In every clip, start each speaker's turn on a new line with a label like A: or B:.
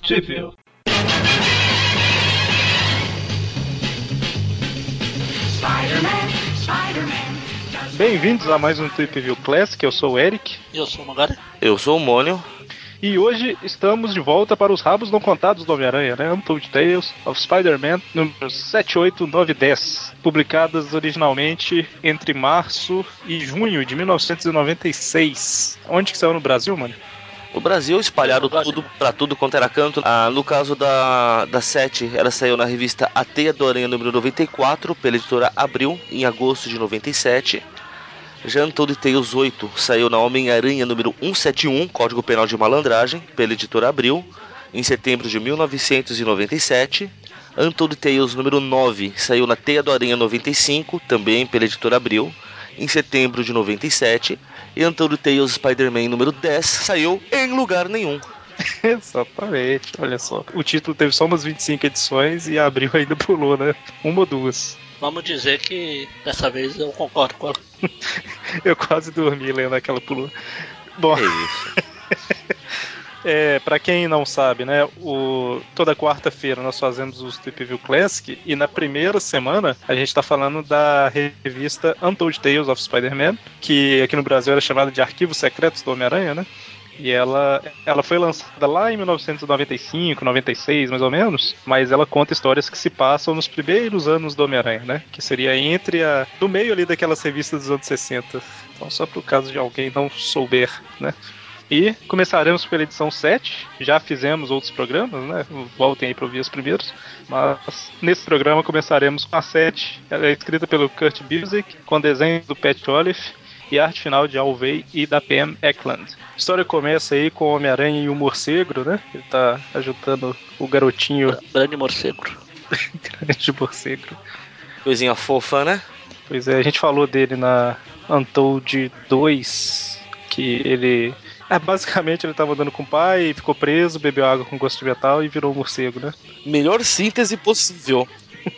A: Possível. Bem-vindos a mais um Trip View Classic, eu sou o Eric.
B: Eu sou o Magari.
C: Eu sou o Mônio.
A: E hoje estamos de volta para os rabos não contados do Homem-Aranha, né? Untold Tales of Spider-Man, números 7, 8, 9 e 10. Publicadas originalmente entre março e junho de 1996. Onde que saiu no Brasil, mano?
C: O Brasil espalharam tudo pra tudo quanto era canto. Ah, no caso da, da 7, ela saiu na revista A Teia do Aranha número 94, pela editora Abril, em agosto de 97. Já Untold Tales 8 saiu na Homem-Aranha número 171, Código Penal de Malandragem, pela editora Abril, em setembro de 1997. Untold Tales número 9 saiu na Teia do Aranha 95, também pela editora Abril, em setembro de 97. E Untold Tales Então Spider-Man número 10 saiu em lugar nenhum.
A: Exatamente, olha só. O título teve só umas 25 edições e a Abril ainda pulou, né? Uma ou duas.
B: Vamos dizer que dessa vez eu concordo com ela.
A: Eu quase dormi lendo aquela pulou. Bom.
C: É isso.
A: É, para quem não sabe, né, o, toda quarta-feira nós fazemos o Trip View Classic e na primeira semana a gente está falando da revista Untold Tales of Spider-Man, que aqui no Brasil era chamada de Arquivos Secretos do Homem-Aranha, né? E ela, ela foi lançada lá em 1995, 96, mais ou menos, mas ela conta histórias que se passam nos primeiros anos do Homem-Aranha, né? Que seria entre a. no meio ali daquelas revistas dos anos 60. Então, só pro caso de alguém não souber, né? E começaremos pela edição 7. Já fizemos outros programas, né? Voltem aí para ouvir os primeiros. Mas nesse programa começaremos com a 7. Ela é escrita pelo Kurt Busiek, com desenhos do Pat Olive e arte final de Alvey e da Pam Eklund. A história começa aí com o Homem-Aranha e o Morcego, né? Ele tá ajudando o garotinho
B: Grande morcego.
A: grande morcego.
C: Coisinha fofa, né?
A: Pois é, a gente falou dele na Untold 2, que ele. É, basicamente ele tava andando com o pai, ficou preso, bebeu água com gosto de metal e virou um morcego, né?
C: Melhor síntese possível.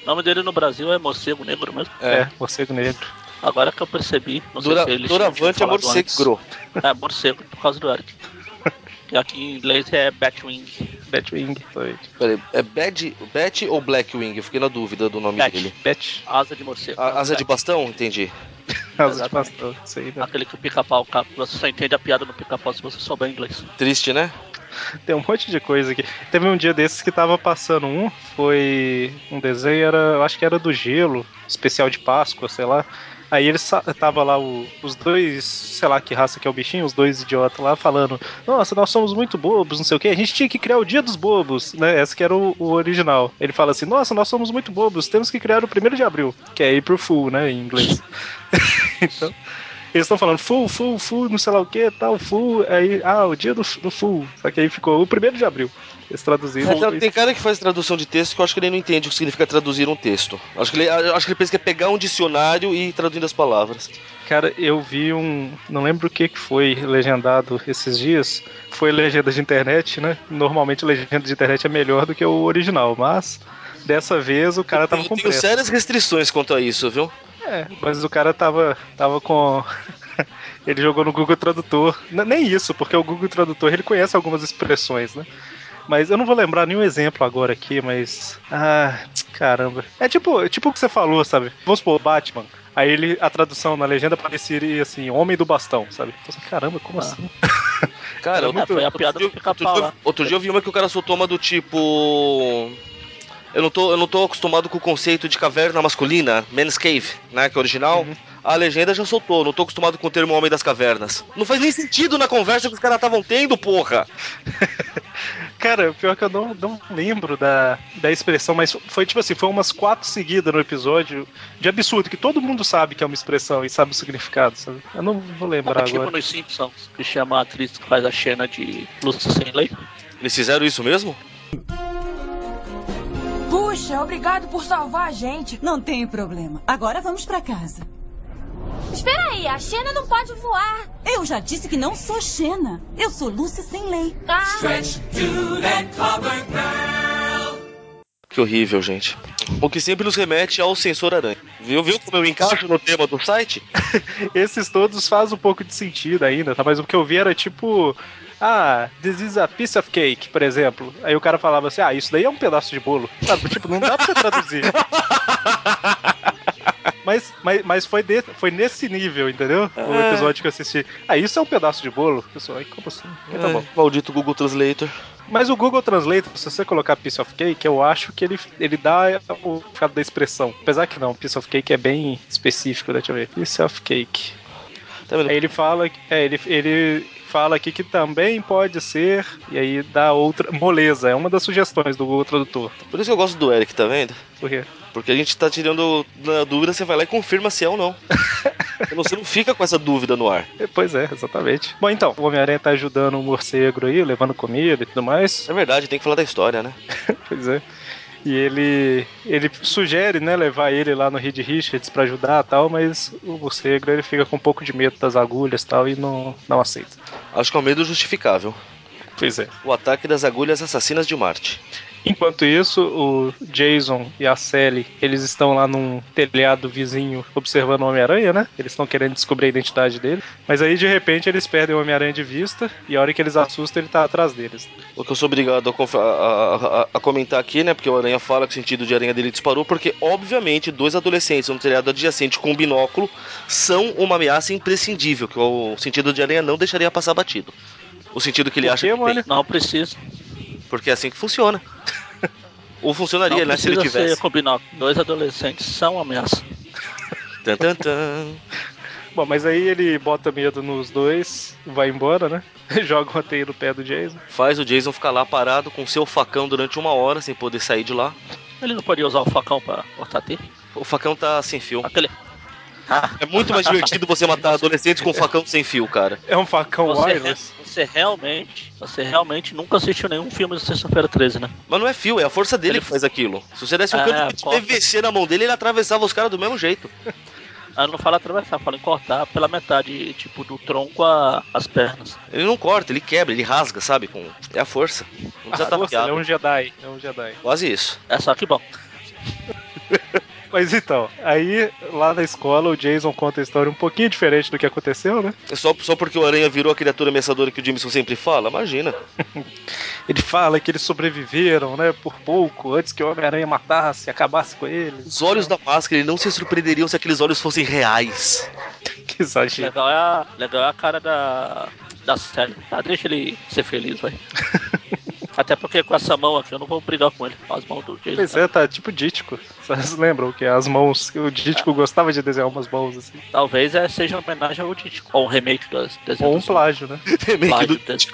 B: O nome dele no Brasil é morcego negro mesmo.
A: É, morcego negro.
B: Agora que eu percebi, não
C: Dura,
B: sei se eles
C: Duravante é
B: tinham falado
C: morcego
B: antes.
C: gro.
B: É, morcego, por causa do Eric. E aqui em inglês é Batwing.
A: Batwing. exatamente.
C: Peraí, é Bad, Bat ou Blackwing? Eu fiquei na dúvida do nome
B: Bat.
C: dele.
A: Bat.
B: Asa de morcego.
C: A- asa de bastão? Entendi.
A: Asa de
B: Exatamente.
A: pastor. Isso aí, né?
B: Aquele que o pica-pau capa. Você só entende a piada no pica-pau se você souber inglês.
C: Triste, né?
A: Tem um monte de coisa aqui. Teve um dia desses que tava passando um, foi um desenho, era, eu acho que era do gelo, especial de Páscoa, sei lá. Aí ele sa- tava lá o- os dois, sei lá que raça que é o bichinho, os dois idiotas lá falando: "Nossa, nós somos muito bobos, não sei o que. A gente tinha que criar o Dia dos Bobos", né? Esse que era o, o original. Ele fala assim: "Nossa, nós somos muito bobos, temos que criar o 1 de abril", que é April Fool, né, em inglês. então, eles estão falando full, full, full, não sei lá o que, tal, full. Aí, ah, o dia do, do full. Só que aí ficou o primeiro de abril. Eles traduziram.
C: É, tem- tem cara que faz tradução de texto que eu acho que ele não entende o que significa traduzir um texto. Acho que ele, eu acho que ele pensa que é pegar um dicionário e ir traduzindo as palavras.
A: Cara, eu vi um. Não lembro o que que foi legendado esses dias. Foi legenda de internet, né? Normalmente legenda de internet é melhor do que o original, mas dessa vez o cara tava
C: eu
A: com
C: tenho
A: pressa.
C: sérias restrições quanto a isso, viu?
A: É, mas o cara tava, tava com. ele jogou no Google Tradutor. N- nem isso, porque o Google Tradutor ele conhece algumas expressões, né? Mas eu não vou lembrar nenhum exemplo agora aqui, mas. Ah, caramba. É tipo, tipo o que você falou, sabe? Vamos supor, Batman. Aí ele, a tradução na legenda pareceria assim, homem do bastão, sabe? Eu falei, caramba, como assim?
C: Cara,
A: É,
C: outro-
B: foi a piada do
C: outro, dia,
B: pica-pau né?
C: outro
B: lá.
C: dia- outro dia eu vi uma que o cara soltou uma do tipo. Eu não, tô, eu não tô acostumado com o conceito de caverna masculina, Men's Cave, né? Que é original. A legenda já soltou, não tô acostumado com o termo Homem das Cavernas. Não faz nem sentido na conversa que os caras estavam tendo, porra!
A: Cara, o pior é que eu não, não lembro da, da expressão, mas foi tipo assim, foi umas quatro seguidas no episódio de absurdo, que todo mundo sabe que é uma expressão e sabe o significado, sabe? Eu não vou lembrar
B: É tipo
A: agora.
B: nos Simpsons, que chama a atriz que faz a cena de Lucy Lei.
C: Eles fizeram isso mesmo?
D: Puxa, obrigado por salvar a gente.
E: Não tem problema. Agora vamos pra casa.
F: Espera aí, a Xena não pode voar.
E: Eu já disse que não sou Xena. Eu sou Lucy sem lei.
F: Ah,
C: Que horrível, gente. O que sempre nos remete ao sensor aranha. Viu, viu como eu encaixo no tema do site?
A: Esses todos fazem um pouco de sentido ainda, tá? Mas o que eu vi era tipo ah, this is a piece of cake, por exemplo. Aí o cara falava assim, ah, isso daí é um pedaço de bolo. Sabe? Tipo, não dá pra você traduzir. Mas, mas, mas foi, de- foi nesse nível, entendeu? O episódio que eu assisti. Ah, isso é um pedaço de bolo? Pessoal, ai, como assim? Mas tá bom.
C: É, Maldito Google Translator.
A: Mas o Google Translate, se você colocar piece of cake, eu acho que ele, ele dá o ficado da expressão. Apesar que não, piece of cake é bem específico, né? deixa eu ver. Piece of cake.
C: Tá vendo?
A: Aí ele fala, é, ele, ele fala aqui que também pode ser, e aí dá outra moleza, é uma das sugestões do Google Tradutor.
C: Por isso que eu gosto do Eric, tá vendo?
A: Por quê?
C: Porque a gente tá tirando na dúvida, você vai lá e confirma se é ou não. Então você não fica com essa dúvida no ar.
A: É, Pois é, exatamente. Bom, então, o Homem-Aranha tá ajudando o morcego aí, levando comida e tudo mais.
C: É verdade, tem que falar da história, né?
A: Pois é. E ele, ele sugere, né, levar ele lá no Reed Richards pra ajudar e tal, mas o morcego ele fica com um pouco de medo das agulhas e tal e não, não aceita.
C: Acho que é um medo justificável.
A: Pois é.
C: O ataque das agulhas assassinas de Marte.
A: Enquanto isso, o Jason e a Sally, eles estão lá num telhado vizinho observando o Homem-Aranha, né? Eles estão querendo descobrir a identidade dele. Mas aí, de repente, eles perdem o Homem-Aranha de vista e a hora que eles assustam, ele tá atrás deles.
C: O que eu sou obrigado a, conf- a- a- a- a comentar aqui, né? Porque o Aranha fala que o sentido de aranha dele disparou, porque, obviamente, dois adolescentes no telhado adjacente com um binóculo são uma ameaça imprescindível, que é o sentido de aranha não deixaria passar batido. O sentido que ele
A: Por
C: acha
A: quê,
C: que tem,
A: mano?
B: Não precisa.
C: porque é assim que funciona. Ou
B: Não
C: funcionaria, né,
B: precisa
C: se ele tivesse.
B: ser combinado. Dois adolescentes são ameaça.
C: Tan, tan, tan.
A: Bom, mas aí ele bota medo nos dois, vai embora, né? Joga o roteiro no pé do Jason.
C: Faz o Jason ficar lá parado com seu facão durante uma hora sem poder sair de lá.
B: Ele não podia usar o facão pra cortar ter?
C: O facão tá sem fio.
B: Aquele. Ah,
C: É muito mais divertido você matar adolescentes com um facão sem fio, cara.
A: É um facão
B: você,
A: wireless.
B: você realmente. Você realmente nunca assistiu nenhum filme de sexta-feira 13, né?
C: Mas não é fio, é a força dele
B: Ele-
C: que faz aquilo. Se você desse um
B: Ah,
C: canto de
B: corta.
C: PVC na mão dele, ele atravessava os caras do mesmo jeito.
B: Ah, não fala atravessar, fala em cortar pela metade, tipo, do tronco a, as pernas.
C: Ele não corta, ele quebra, ele rasga, sabe? Com... É a força. Não precisa
A: Ah, nossa,
C: tapear.
A: ele é um Jedi, é um Jedi.
C: Quase isso.
B: É só que bom.
A: Mas então, aí lá na escola o Jason conta a história um pouquinho diferente do que aconteceu, né?
C: É Só, só porque o Aranha virou a criatura ameaçadora que o Jameson sempre fala? Imagina.
A: Ele fala que eles sobreviveram, né, por pouco, antes que o Homem-Aranha matasse, acabasse com eles.
C: Os olhos da máscara, ele não se surpreenderiam se aqueles olhos fossem reais.
A: Que exagero.
B: Legal é a, legal é a cara da, da série. Tá? Deixa ele ser feliz, vai. Até porque com essa mão aqui eu não vou brigar com ele. com As mãos do Jason.
A: Pois é, tá tipo dítico. Vocês lembram que as mãos, que o dítico gostava de desenhar umas mãos assim.
B: Talvez é, seja uma homenagem ao Titico. Ou um remake das desenhos.
A: Ou um plágio, né?
C: Remake do...
B: plágio. das-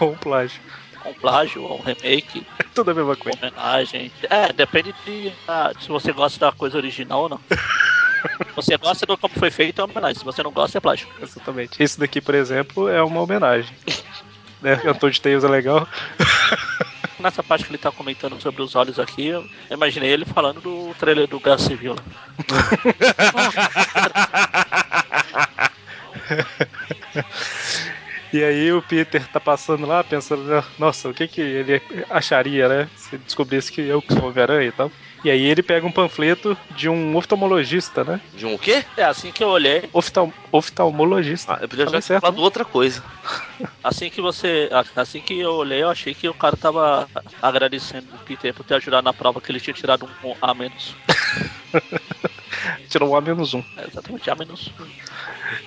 A: Ou um plágio. É
B: um plágio, ou um remake,
A: Tudo a mesma
B: uma
A: coisa.
B: homenagem. É, depende de, ah, se você gosta da coisa original ou não. Se você gosta do como foi feito, é uma homenagem. Se você não gosta, é plágio.
A: Exatamente. Esse daqui, por exemplo, é uma homenagem. né? Cantor de Tails é legal.
B: Nessa parte que ele tá comentando sobre os olhos aqui, eu imaginei ele falando do trailer do Guerra Civil. né?
A: E aí o Peter tá passando lá pensando, né, nossa, o que que ele acharia, né? Se descobrisse que eu que sou o Homem-Aranha e tal. E aí ele pega um panfleto de um oftalmologista, né?
C: De um quê?
B: É assim que eu olhei,
A: Oftal- oftalmologista.
C: Ah, eu podia
A: Falei
C: já
A: certo,
C: ter falado outra coisa.
B: assim que você. Assim que eu olhei, eu achei que o cara tava agradecendo o Peter por ter ajudado na prova que ele tinha tirado um A menos.
A: Tirou um A menos um.
B: É, exatamente, A menos.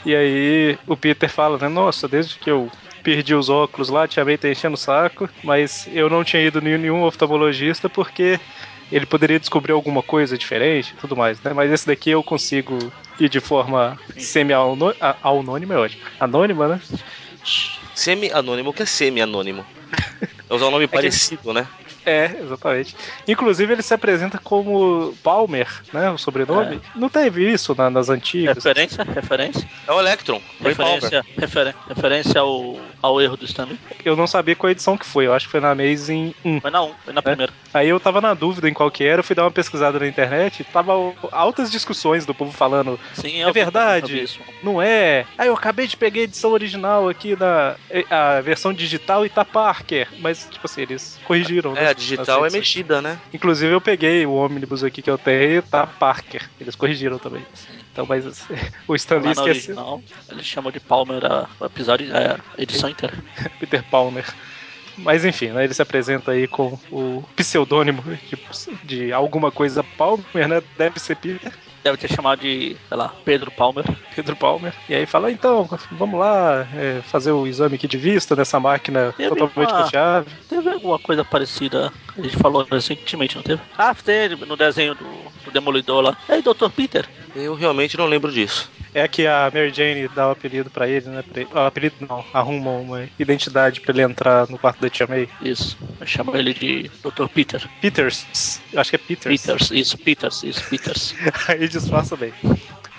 A: E aí o Peter fala, né? Nossa, desde que eu perdi os óculos lá, tinha meio tá enchendo o saco, mas eu não tinha ido em nenhum oftalmologista porque ele poderia descobrir alguma coisa diferente e tudo mais, né? Mas esse daqui eu consigo ir de forma semi-anônima, é ótimo. Anônima, né?
C: Semi-anônimo, o que é semi-anônimo? É usar um nome parecido, né?
A: É, exatamente. Inclusive ele se apresenta como Palmer, né? O sobrenome. Não teve isso na- nas antigas.
B: É, Referência, referência.
C: É o Electron. Ray Palmer.
B: Referência, referen- referência ao ao erro do Stanley.
A: Eu não sabia qual edição que foi, eu acho que foi na Amazing 1.
B: Foi na 1, foi na primeira.
A: Aí eu tava na dúvida em qual que era, eu fui dar uma pesquisada na internet, tava o- altas discussões do povo falando,
B: Sim,
A: É
B: eu vi-
A: verdade.
B: eu vi isso.
A: não é? Aí eu acabei de pegar a edição original aqui da a versão digital e tá Parker, mas tipo assim, eles corrigiram.
C: É,
A: né,
C: a digital é
A: nas edições.
C: mexida, né?
A: Inclusive eu peguei o ônibus aqui que eu tenho, tá Parker. Eles corrigiram também. Então, mas assim, o Stanley
B: Tá Lá na
A: esqueceu
B: original, ele chamou de Palmer a, o episódio, é, a edição inteira.
A: Peter Palmer. Mas enfim, né, ele se apresenta aí com o pseudônimo de, de alguma coisa Palmer, né? Deve ser Peter,
B: Deve ter chamado de, sei lá, Pedro Palmer.
A: Pedro Palmer. E aí fala, então, vamos lá é, fazer o exame aqui de vista nessa máquina
B: Teve
A: totalmente
B: uma-
A: confiável.
B: Teve alguma coisa parecida, a gente falou recentemente, não teve? Ah, teve no desenho do, do Demolidor lá. Ei, Dr. Peter.
C: Eu realmente não lembro disso.
A: É que a Mary Jane dá o apelido pra ele, né? Pra ele, ah, apelido não, arruma uma identidade pra ele entrar no quarto da Tia May.
B: Isso, chama ele de Dr. Peter.
A: Peters, eu acho que é Peters.
B: Peters, isso, Peters, isso, Peters.
A: Aí disfarça bem.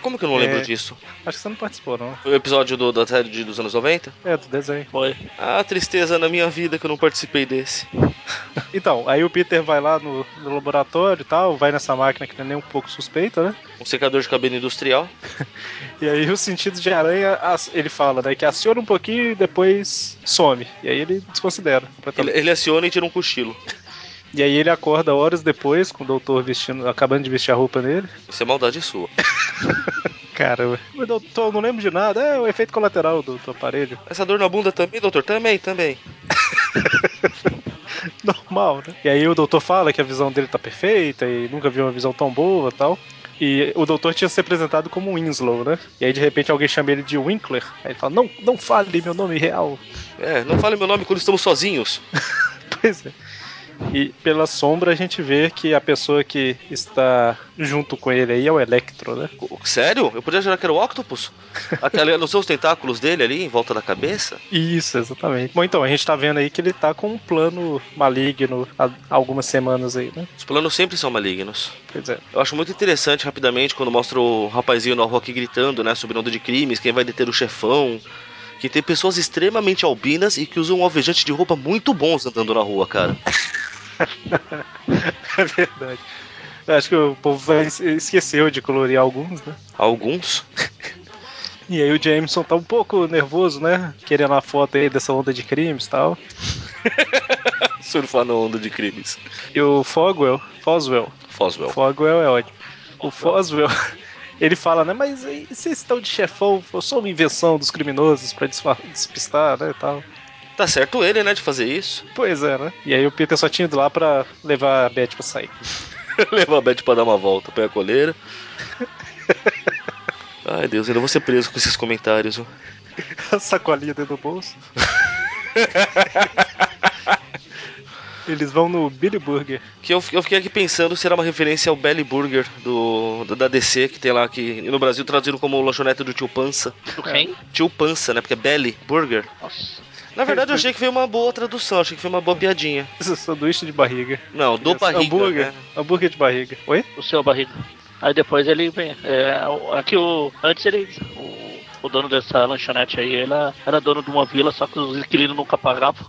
C: Como que eu não lembro
A: É.
C: disso?
A: Acho que você não participou, não.
C: Foi o episódio do, da série de- dos anos 90?
A: É, do desenho.
B: Foi.
C: Ah, tristeza na minha vida que eu não participei desse.
A: Então, aí o Peter vai lá no, no laboratório e tal, vai nessa máquina que não é nem um pouco suspeita, né?
C: Um secador de cabelo industrial.
A: E aí o sentido de aranha, as- ele fala, né? Que aciona um pouquinho e depois some. E aí ele desconsidera
C: Ele,
A: completamente.
C: ele aciona e tira um cochilo.
A: E aí ele acorda horas depois, com o doutor vestindo, acabando de vestir a roupa nele.
C: Isso é maldade sua.
A: Caramba. O doutor, eu não lembro de nada. É o efeito colateral do, do aparelho.
C: Essa dor na bunda também, doutor? Também, também.
A: Normal, né? E aí o doutor fala que a visão dele tá perfeita e nunca viu uma visão tão boa e tal. E o doutor tinha se apresentado como Winslow, né? E aí de repente alguém chama ele de Winkler. Aí ele fala: Não, não fale meu nome real.
C: É, não fale meu nome quando estamos sozinhos.
A: Pois é. E pela sombra a gente vê que a pessoa que está junto com ele aí é o Electro, né?
C: O- Sério? Eu podia jurar que era o Octopus? Aquela, não são os tentáculos dele ali em volta da cabeça?
A: Isso, exatamente. Bom, então, a gente tá vendo aí que ele tá com um plano maligno há algumas semanas aí, né?
C: Os planos sempre são malignos.
A: Pois é.
C: Eu acho muito interessante, rapidamente, quando mostra o rapazinho no rock gritando, né? Sobre o nome de crimes, quem vai deter o chefão. Que tem pessoas extremamente albinas e que usam um alvejante de roupa muito bons andando na rua, cara.
A: É verdade. Eu acho que o povo vai- esqueceu de colorir alguns, né?
C: Alguns.
A: E aí o Jameson tá um pouco nervoso, né? Querendo a foto aí dessa onda de crimes e tal.
C: Surfar na onda de crimes.
A: E o Fogwell, Foswell,
C: Foswell.
A: Fogwell é ótimo. O Foswell, ele fala, né? Mas aí, vocês estão de chefão, foi só uma invenção dos criminosos pra disfar- despistar, né? e Tal.
C: Tá certo ele, né, de fazer isso.
A: Pois é, né? E aí o Peter só tinha ido lá pra levar a Beth pra sair.
C: Leva a Beth pra dar uma volta, põe a coleira. Ai, Deus, ainda vou ser preso com esses comentários. viu?
A: A sacolinha dentro do bolso. Eles vão no Billy Burger.
C: Que eu, eu fiquei aqui pensando se era uma referência ao Belly Burger do, do- da DC, que tem lá que no Brasil traduziram como lanchonete do tio Pança.
B: Do quem?
C: Tio Pança, né? Porque é Belly Burger.
B: Nossa.
C: Na verdade, eu achei que foi uma boa tradução, achei que foi uma boa piadinha.
A: Esse é um sanduíche de barriga.
C: Não, do barriga.
A: é um hambúrguer.
C: né?
A: Hambúrguer de barriga. Oi?
B: O seu barriga. Aí depois ele vem. É, o- aqui o. Antes ele. O, o dono dessa lanchonete aí, ele era- era dono de uma vila, só que os inquilinos nunca pagavam.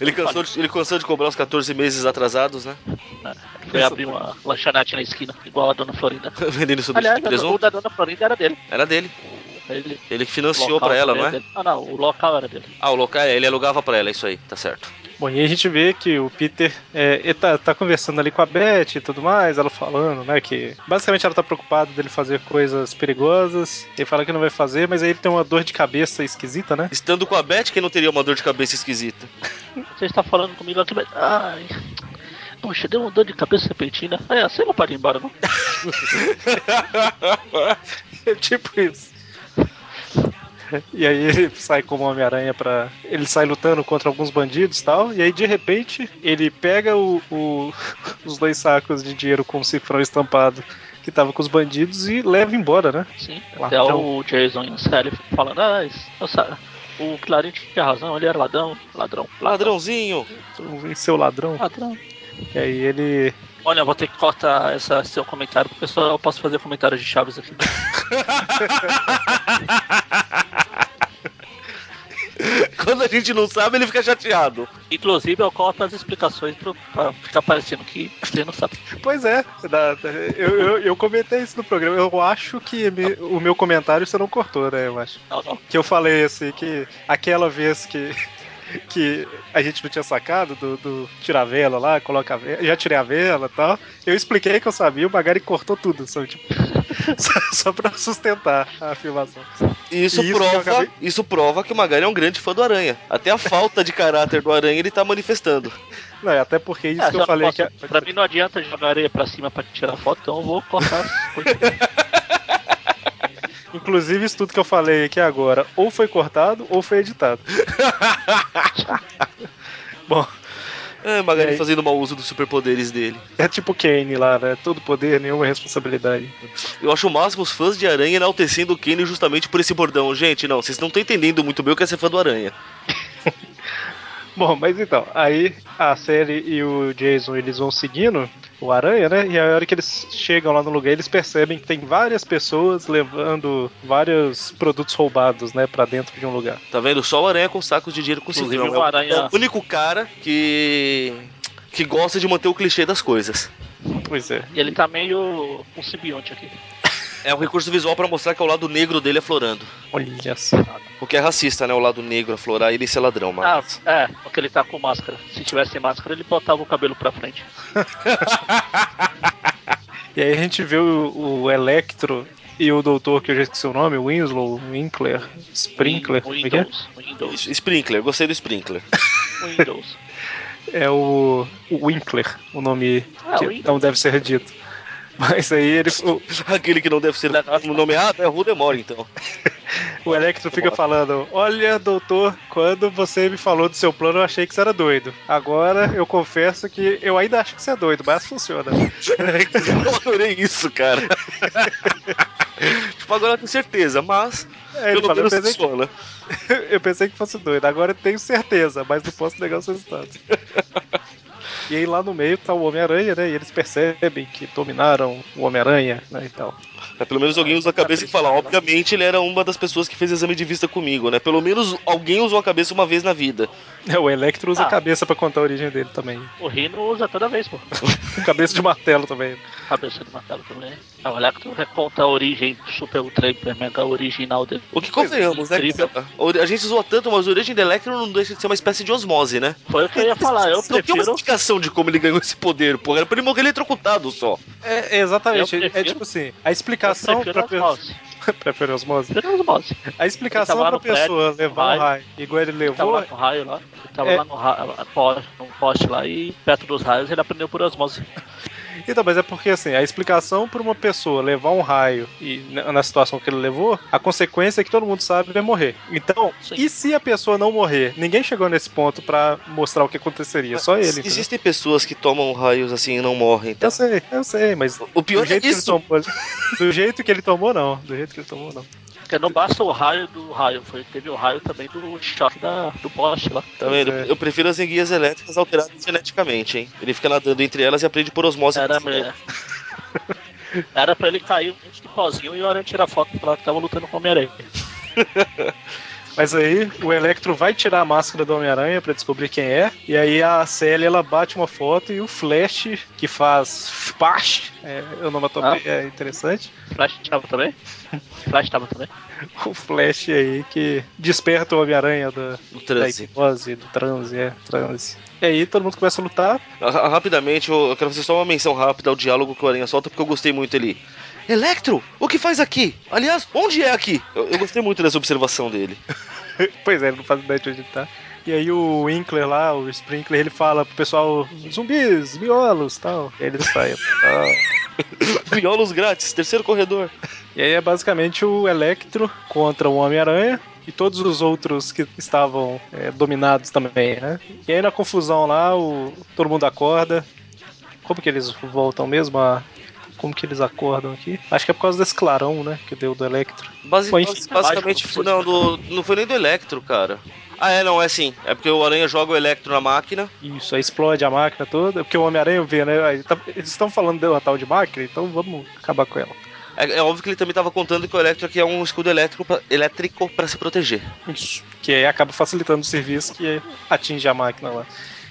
C: Ele cansou, de, ele cansou de cobrar os 14 meses atrasados, né?
B: Foi abrir uma lanchonete na esquina, igual a dona Florinda.
C: Vendendo sanduíche
B: Aliás,
C: de
B: o
C: presunto.
B: da dona Florinda era dele.
C: Era dele.
B: Ele
C: um? Ele que financiou
B: local
C: pra ela,
B: também
C: não
B: era
C: é?
B: dele. Ah, não, o local era dele.
C: Ah, o local, ele alugava pra ela, isso aí, tá certo.
A: Bom, e aí a gente vê que o Peter é, ele tá, tá conversando ali com a Beth e tudo mais, ela falando, né, que basicamente ela tá preocupada dele fazer coisas perigosas, ele fala que não vai fazer, mas aí ele tem uma dor de cabeça esquisita, né?
C: Estando com a Beth, quem não teria uma dor de cabeça esquisita?
B: Você está falando comigo aqui, mas. Ai. Poxa, deu uma dor de cabeça repentina. É, você não pode ir embora, não?
A: É tipo isso. E aí ele sai como Homem-Aranha pra. Ele sai lutando contra alguns bandidos e tal. E aí, de repente, ele pega o- o- os dois sacos de dinheiro com o cifrão estampado que tava com os bandidos e leva embora, né?
B: Sim. Até
A: Ladrão.
B: o Jason e o Sally falando, ah, esse- nossa, o Clarim tinha razão, ele era ladrão, ladrão, ladrão,
C: Ladrãozinho!
A: O- Seu ladrão.
B: ladrão.
A: E aí ele
B: Olha, eu vou ter que cortar essa, seu comentário, porque só eu posso fazer comentários de Chaves aqui.
C: quando a gente não sabe, ele fica chateado.
B: Inclusive, eu corto as explicações pro, pra ficar parecendo que você não sabe.
A: Pois é, da- da- eu, eu, eu comentei isso no programa. Eu acho que me- o meu comentário você não cortou, né? Eu acho.
B: Não, não.
A: Que eu falei assim, que aquela vez que. Que a gente não tinha sacado do, do tirar a vela lá, coloca a vela, já tirei a vela e tal. Eu expliquei que eu sabia, o Magari cortou tudo, só, tipo, só, só pra sustentar a afirmação.
C: E isso,
A: Isso que eu
C: prova,
A: acabei-
C: isso prova que o Magalhães é um grande fã do Aranha. Até a falta de caráter do Aranha ele tá manifestando.
A: Não, é até porque isso
B: É,
A: que
B: só
A: eu falei
B: posso-
A: que. a-
B: Pra mim não adianta jogar areia pra cima pra tirar foto, então eu vou cortar as coisas.
A: Inclusive, isso tudo que eu falei aqui agora, ou foi cortado ou foi editado. Bom,
C: É, o Magalhães
A: E aí?
C: fazendo mau uso dos superpoderes dele.
A: é tipo Kane lá, né? Todo poder, nenhuma responsabilidade.
C: Eu acho o máximo os fãs de Aranha enaltecendo o Kane justamente por esse bordão. Gente, não, vocês não estão entendendo muito bem o que é ser fã do Aranha.
A: Bom, mas então, aí a série e o Jason eles vão seguindo o Aranha, né? E a hora que eles chegam lá no lugar, eles percebem que tem várias pessoas levando vários produtos roubados, né, Pra dentro de um lugar.
C: Tá vendo? Só o Aranha com sacos de dinheiro conseguiu.
B: Inclusive,
C: é
B: o Aranha-
C: é o único cara que. que gosta de manter o clichê das coisas.
A: Pois é.
B: E ele tá meio um simbionte aqui.
C: É um recurso visual pra mostrar que é o lado negro dele aflorando.
A: Olha só.
C: O que é racista, né? O lado negro aflorar ele ser ladrão, mano.
B: Ah, é, porque ele tá com máscara. Se tivesse máscara, ele botava o cabelo pra frente.
A: E aí a gente vê o, o Electro e o doutor, que eu já esqueci o nome, Winslow, Winkler, Sprinkler, como é que é?
B: Windows. Windows.
C: Sprinkler, gostei do Sprinkler.
B: Windows.
A: É o, o Winkler, o nome
B: Ah,
A: que
B: Winkler.
A: não deve ser dito. Mas aí ele, o,
C: Aquele que não deve ser nomeado é Rudemore, então.
A: O Electro fica falando: Olha, doutor, quando você me falou do seu plano, eu achei que você era doido. Agora eu confesso que eu ainda acho que você é doido, mas funciona.
C: Eu adorei isso, cara. tipo, agora eu tenho certeza, mas
A: Aí É, ele
C: pelo
A: fala, eu,
C: menos
A: pensei que,
C: funciona.
A: eu pensei que fosse doido, agora eu tenho certeza, mas não posso negar os resultados. E aí lá no meio tá o Homem-Aranha, né? E eles percebem que dominaram o Homem-Aranha, né? E tal.
C: É, Pelo menos alguém usa a cabeça e fala, obviamente ele era uma das pessoas que fez exame de vista comigo, né? Pelo menos alguém usou a cabeça uma vez na vida.
A: É, o Electro usa
B: Ah.
A: a cabeça pra contar a origem dele também.
B: O Rino usa toda vez, pô.
A: Cabeça de martelo também.
B: Cabeça de martelo também. Ah, olha que tu reconta a origem do Super Ultra Hyper Mega original dele.
C: O que convenhamos, né?
B: Incrível.
A: tá.
C: A- A gente zoa tanto, mas a origem do Electro não deixa de ser uma espécie de osmose, né?
B: Foi o que eu ia falar, eu
C: Não tem uma
B: prefiro.
C: explicação de como ele ganhou esse poder, porra. Era pra ele morrer eletrocutado só.
A: É, é exatamente.
B: Eu
A: É
B: prefiro-
A: tipo assim, a
B: Eu
A: explicação
B: prefiro
A: pra
B: os mouse.
A: Prefere osmose?
B: Prefiro os mouse.
A: A explicação
B: Ele tava
A: pra
B: lá no prédio,
A: pessoa levar
B: vai.
A: o raio igual ele
B: Ele tava
A: levou
B: lá no raio lá. Ele tava
A: É.
B: lá no, ra... po- num poste lá e perto dos raios ele aprendeu por osmose.
A: Então, mas é porque assim, a explicação pra uma pessoa levar um raio e na na situação que ele levou, a consequência é que todo mundo sabe é morrer. Então,
B: Sim.
A: e se a pessoa não morrer? Ninguém chegou nesse ponto pra mostrar o que aconteceria, É só ele. entendeu?
C: Existem pessoas que tomam raios assim e não morrem, tá?
A: Eu sei, eu sei, mas
C: O pior
A: do
C: é
A: jeito que ele
C: isso.
A: tomou, do jeito que ele tomou não, do jeito que ele tomou não.
B: Porque não basta o raio do raio, foi, teve o raio também do choque da, do poste lá.
C: Tá vendo?
A: É.
C: Eu prefiro as enguias elétricas alteradas geneticamente, hein? Ele fica nadando entre elas e aprende por osmose. É.
B: Era, me- Era pra ele cair antes do pozinho e o Aranha tirar foto e falar que tava lutando com o Homem-Aranha.
A: Mas aí o Electro vai tirar a máscara do Homem-Aranha pra descobrir quem é. E aí a Sally ela bate uma foto e o Flash, que faz Flash, é, onomatopeia é interessante.
B: Flash tava também? Flash tava também?
A: O Flash aí que desperta o Homem-Aranha da,
C: No
A: da
C: transe.
A: hipnose, do transe, é, transe. E aí todo mundo começa a lutar.
C: Ah, ah, Rapidamente, eu eu quero fazer só uma menção rápida ao diálogo que o Aranha solta, porque eu gostei muito ali. Electro, o que faz aqui? Aliás, onde é aqui? Eu, eu gostei muito dessa observação dele.
A: pois é, ele não faz ideia de onde ele tá. E aí o Winkler lá, o Sprinkler, ele fala pro pessoal, zumbis, miolos, tal. E aí eles saem. tal.
C: Violos grátis, terceiro corredor.
A: E aí é basicamente o Electro contra o Homem-Aranha e todos os outros que estavam é, dominados também, né? E aí na confusão lá, o, todo mundo acorda. Como que eles voltam mesmo a. Como que eles acordam aqui? Acho que é por causa desse clarão, né? Que deu do Electro.
C: Basi-
A: Foi
C: basi- basicamente,
B: básico.
C: não, do- não foi nem do Electro, cara. Ah, é, não, é sim. É porque o Aranha joga o Electro na máquina.
A: Isso, aí explode a máquina toda. Porque o Homem-Aranha vê, né? aí tá- eles estão falando de uma tal de máquina, então vamos acabar com ela.
C: É, é óbvio que ele também estava contando que o Electro aqui é um escudo elétrico pra, elétrico para se proteger.
A: Isso. Que aí acaba facilitando o serviço que atinge a máquina lá.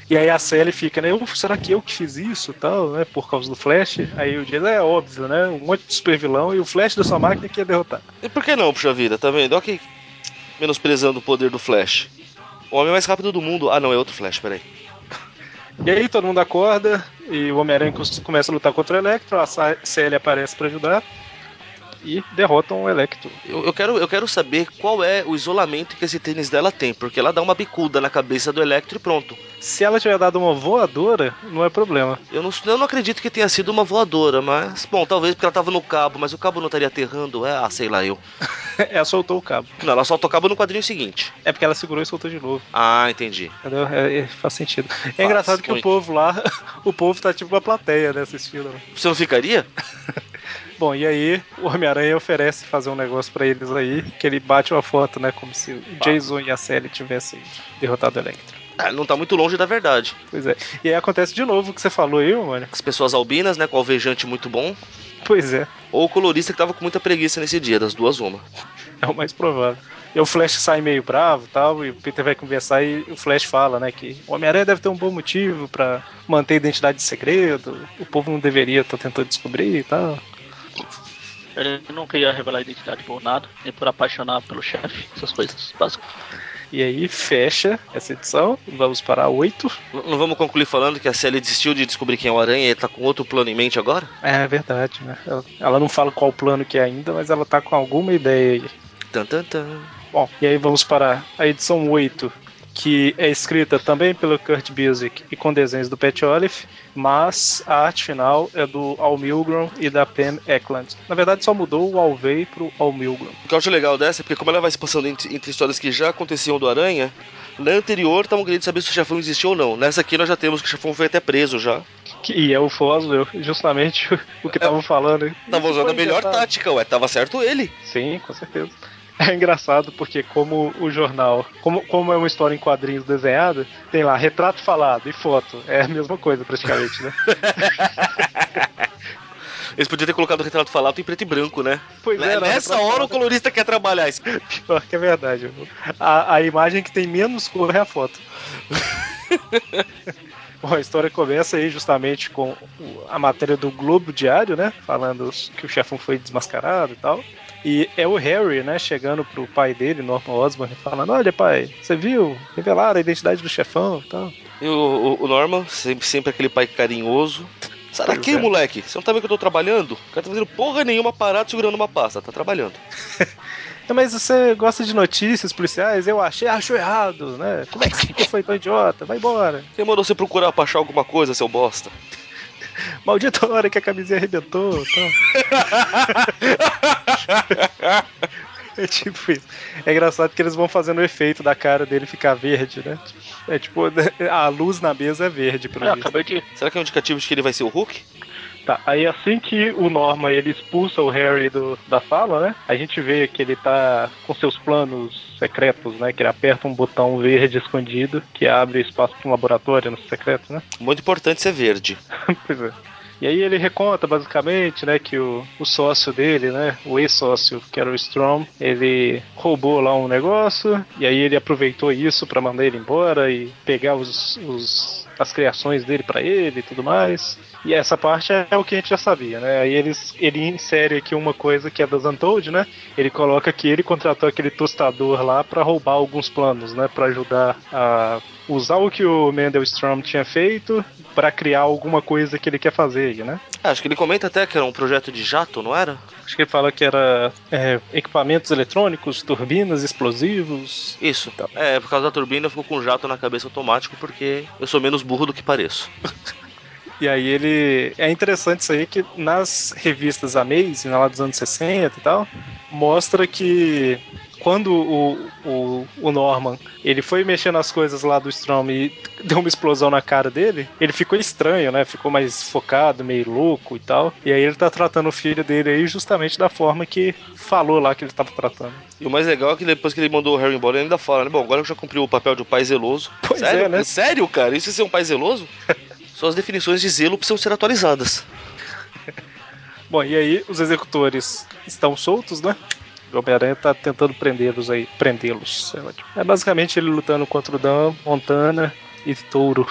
A: E aí a Sally fica, né? "Uf, Será que eu que fiz isso tal, né? Por causa do Flash? Aí o Jason é óbvio, né? Um monte de super vilão e o Flash da sua máquina que ia derrotar.
C: E por que não, puxa vida, tá vendo? Olha que menosprezando o poder do Flash. O homem mais rápido do mundo. Ah, não, é outro Flash, peraí.
A: E aí todo mundo acorda e o Homem-Aranha cos- começa a lutar contra o Electro, a Sa- Sally aparece pra ajudar e derrotam o Electro.
C: Eu, eu quero, eu quero saber qual é o isolamento que esse tênis dela tem, porque ela dá uma bicuda na cabeça do Electro e pronto.
A: Se ela tiver dado uma voadora, não é problema.
C: Eu não, eu não acredito que tenha sido uma voadora, mas. Bom, talvez porque ela tava no cabo, mas o cabo não estaria aterrando. É, ah, sei lá eu.
A: ela soltou o cabo.
C: Não, ela só tocava no quadrinho seguinte.
A: É porque ela segurou e soltou de novo,
C: Ah, entendi.
A: entendeu? É, é, faz sentido. É engraçado que o
C: muito.
A: povo lá, o povo tá tipo uma plateia, né, assistindo. né?
C: Você não ficaria?
A: Bom, e aí o Homem-Aranha oferece fazer um negócio pra eles aí, que ele bate uma foto, né? Como se o Jason e a Sally tivessem derrotado o Electro.
C: Ah, não tá muito longe da verdade.
A: Pois é. E aí acontece de novo o que você falou aí, mano.
C: As pessoas albinas, né, com alvejante muito bom,
A: Pois é,
C: ou o colorista que tava com muita preguiça nesse dia, das duas uma.
A: é o mais provável. E o Flash sai meio bravo e tal, e o Peter vai conversar e o Flash fala, né, que o Homem-Aranha deve ter um bom motivo pra manter a identidade de segredo, o povo não deveria estar tentando descobrir e tal.
B: Ele nunca ia revelar a identidade por nada, nem por apaixonar pelo chefe, essas coisas básicas.
A: E aí fecha essa edição, vamos para a 8.
C: N- Não vamos concluir falando que a Sally desistiu de descobrir quem é o Aranha e tá com outro plano em mente agora?
A: É verdade, né? Ela, ela não fala qual plano que é ainda, mas ela tá com alguma ideia aí.
C: Tan, tan, tan.
A: Bom, e aí vamos para a edição 8, que é escrita também pelo Kurt Busiek e com desenhos do Pat Olive, mas a arte final é do Al Milgrom e da Pam Eklund. Na verdade, só mudou o Alvey pro Al Milgrom.
C: O que eu acho legal dessa é porque como ela vai se passando entre, entre histórias que já aconteciam do Aranha, na anterior estavam querendo saber se o Chafão existiu ou não. Nessa aqui nós já temos que o Chafão foi até preso já.
A: Que- E é o Foswell, justamente o que estavam falando. hein?
C: É. Tava
A: Isso
C: usando a
A: foi
C: melhor
A: inventado.
C: tática, ué. Tava certo ele.
A: Sim, com certeza. É engraçado porque como o jornal, como, como é uma história em quadrinhos desenhada, tem lá retrato falado e foto. É a mesma coisa praticamente, né?
C: Eles podiam ter colocado o retrato falado em preto e branco, né?
A: Pois é,
C: Né-
A: não,
C: Nessa
A: retrato
C: hora o
A: falado.
C: colorista quer trabalhar isso.
A: Pior que é verdade. viu? A, a imagem que tem menos cor é a foto. Bom, a história começa aí justamente com o- a matéria do Globo Diário, né? Falando s- que o chefão foi desmascarado e tal. E é o Harry, né? Chegando pro pai dele, Norman Osborn, falando: Olha, pai, você viu? Revelaram a identidade do chefão e tal.
C: E o, o- o Norman, sempre, sempre aquele pai carinhoso. Sai
A: Pois
C: daqui,
A: é.
C: moleque. Você não tá vendo que eu tô trabalhando? O cara tá fazendo porra nenhuma parado segurando uma pasta. Tá trabalhando.
A: "Não, "Então, Mas você gosta de notícias policiais? Eu achei, achou errado, né? Como é que você foi tão idiota? Vai embora.
C: Quem mandou você procurar pra achar alguma coisa, seu bosta?
A: Maldita hora que a camisinha arrebentou tá? e tal. É tipo isso. É engraçado que eles vão fazendo o efeito da cara dele ficar verde, né? É tipo, a luz na mesa é verde, pelo
B: Eu
A: visto.
B: acabei de.
C: Será que é um indicativo de que ele vai ser o Hulk?
A: Tá, aí assim que o Norma ele expulsa o Harry do- da sala, né? A gente vê que ele tá com seus planos secretos, né? Que ele aperta um botão verde escondido que abre espaço para um laboratório no secreto, né?
C: Muito importante ser verde.
A: pois é. E aí ele reconta basicamente, né, que o, o sócio dele, né, o ex-sócio, que era o Strom, ele roubou lá um negócio e aí ele aproveitou isso pra mandar ele embora e pegar os, os- as criações dele pra ele e tudo mais. E essa parte é o que a gente já sabia, né? Aí eles, ele insere aqui uma coisa que é das Untold, né? Ele coloca que ele contratou aquele tostador lá pra roubar alguns planos, né, Pra ajudar a usar o que o Mendelstrom tinha feito pra criar alguma coisa que ele quer fazer, aí, né?
C: Ah, acho que ele comenta até que era um projeto de jato, não era?
A: Acho que ele fala que era é, equipamentos eletrônicos, turbinas, explosivos.
C: Isso. É, por causa da turbina eu fico com um jato na cabeça automático porque eu sou menos burro do que pareço.
A: E aí ele. É interessante isso aí que nas revistas Amazing, lá dos anos 60 e tal, mostra que quando o, o, o Norman ele foi mexendo nas coisas lá do Strom e deu uma explosão na cara dele, ele ficou estranho, né? Ficou mais focado, meio louco e tal. E aí ele tá tratando o filho dele aí justamente da forma que falou lá que ele tava tratando.
C: E o mais legal é que depois que ele mandou o Harry embora, ele ainda fala, né? Bom, agora eu já cumpri o papel de um pai zeloso.
A: Pois
C: Sério?
A: é, né?
C: Sério, cara? Isso é ser um pai zeloso? Suas definições de zelo precisam ser atualizadas.
A: Bom, e aí os executores estão soltos, né? O Homem-Aranha tá tentando prendê-los aí. Prendê-los. é ótimo. É basicamente ele lutando contra o Dan, Montana e Touro.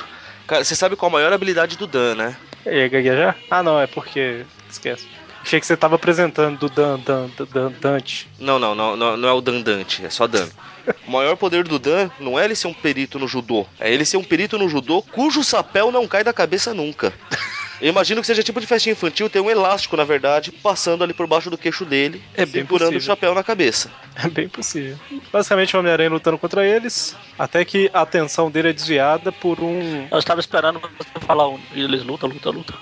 C: Cara, você sabe qual a maior habilidade do Dan, né?
A: É gaguejar? Ah, não, é porque. Esquece. Achei que você tava apresentando do Dan, Dan, Dan, Dante.
C: Não, não, não, não, não é o Dan Dante, é só Dan. O maior poder do Dan não é ele ser um perito no judô, é ele ser um perito no judô cujo chapéu não cai da cabeça nunca. Eu imagino que seja tipo de festinha infantil, tem um elástico, na verdade, passando ali por baixo do queixo dele,
A: É bem
C: segurando o
A: possível.
C: chapéu na cabeça.
A: É bem possível. Basicamente o Homem-Aranha lutando contra eles, até que a atenção dele é desviada por um.
B: Eu estava esperando você falar um. E eles lutam, lutam, lutam.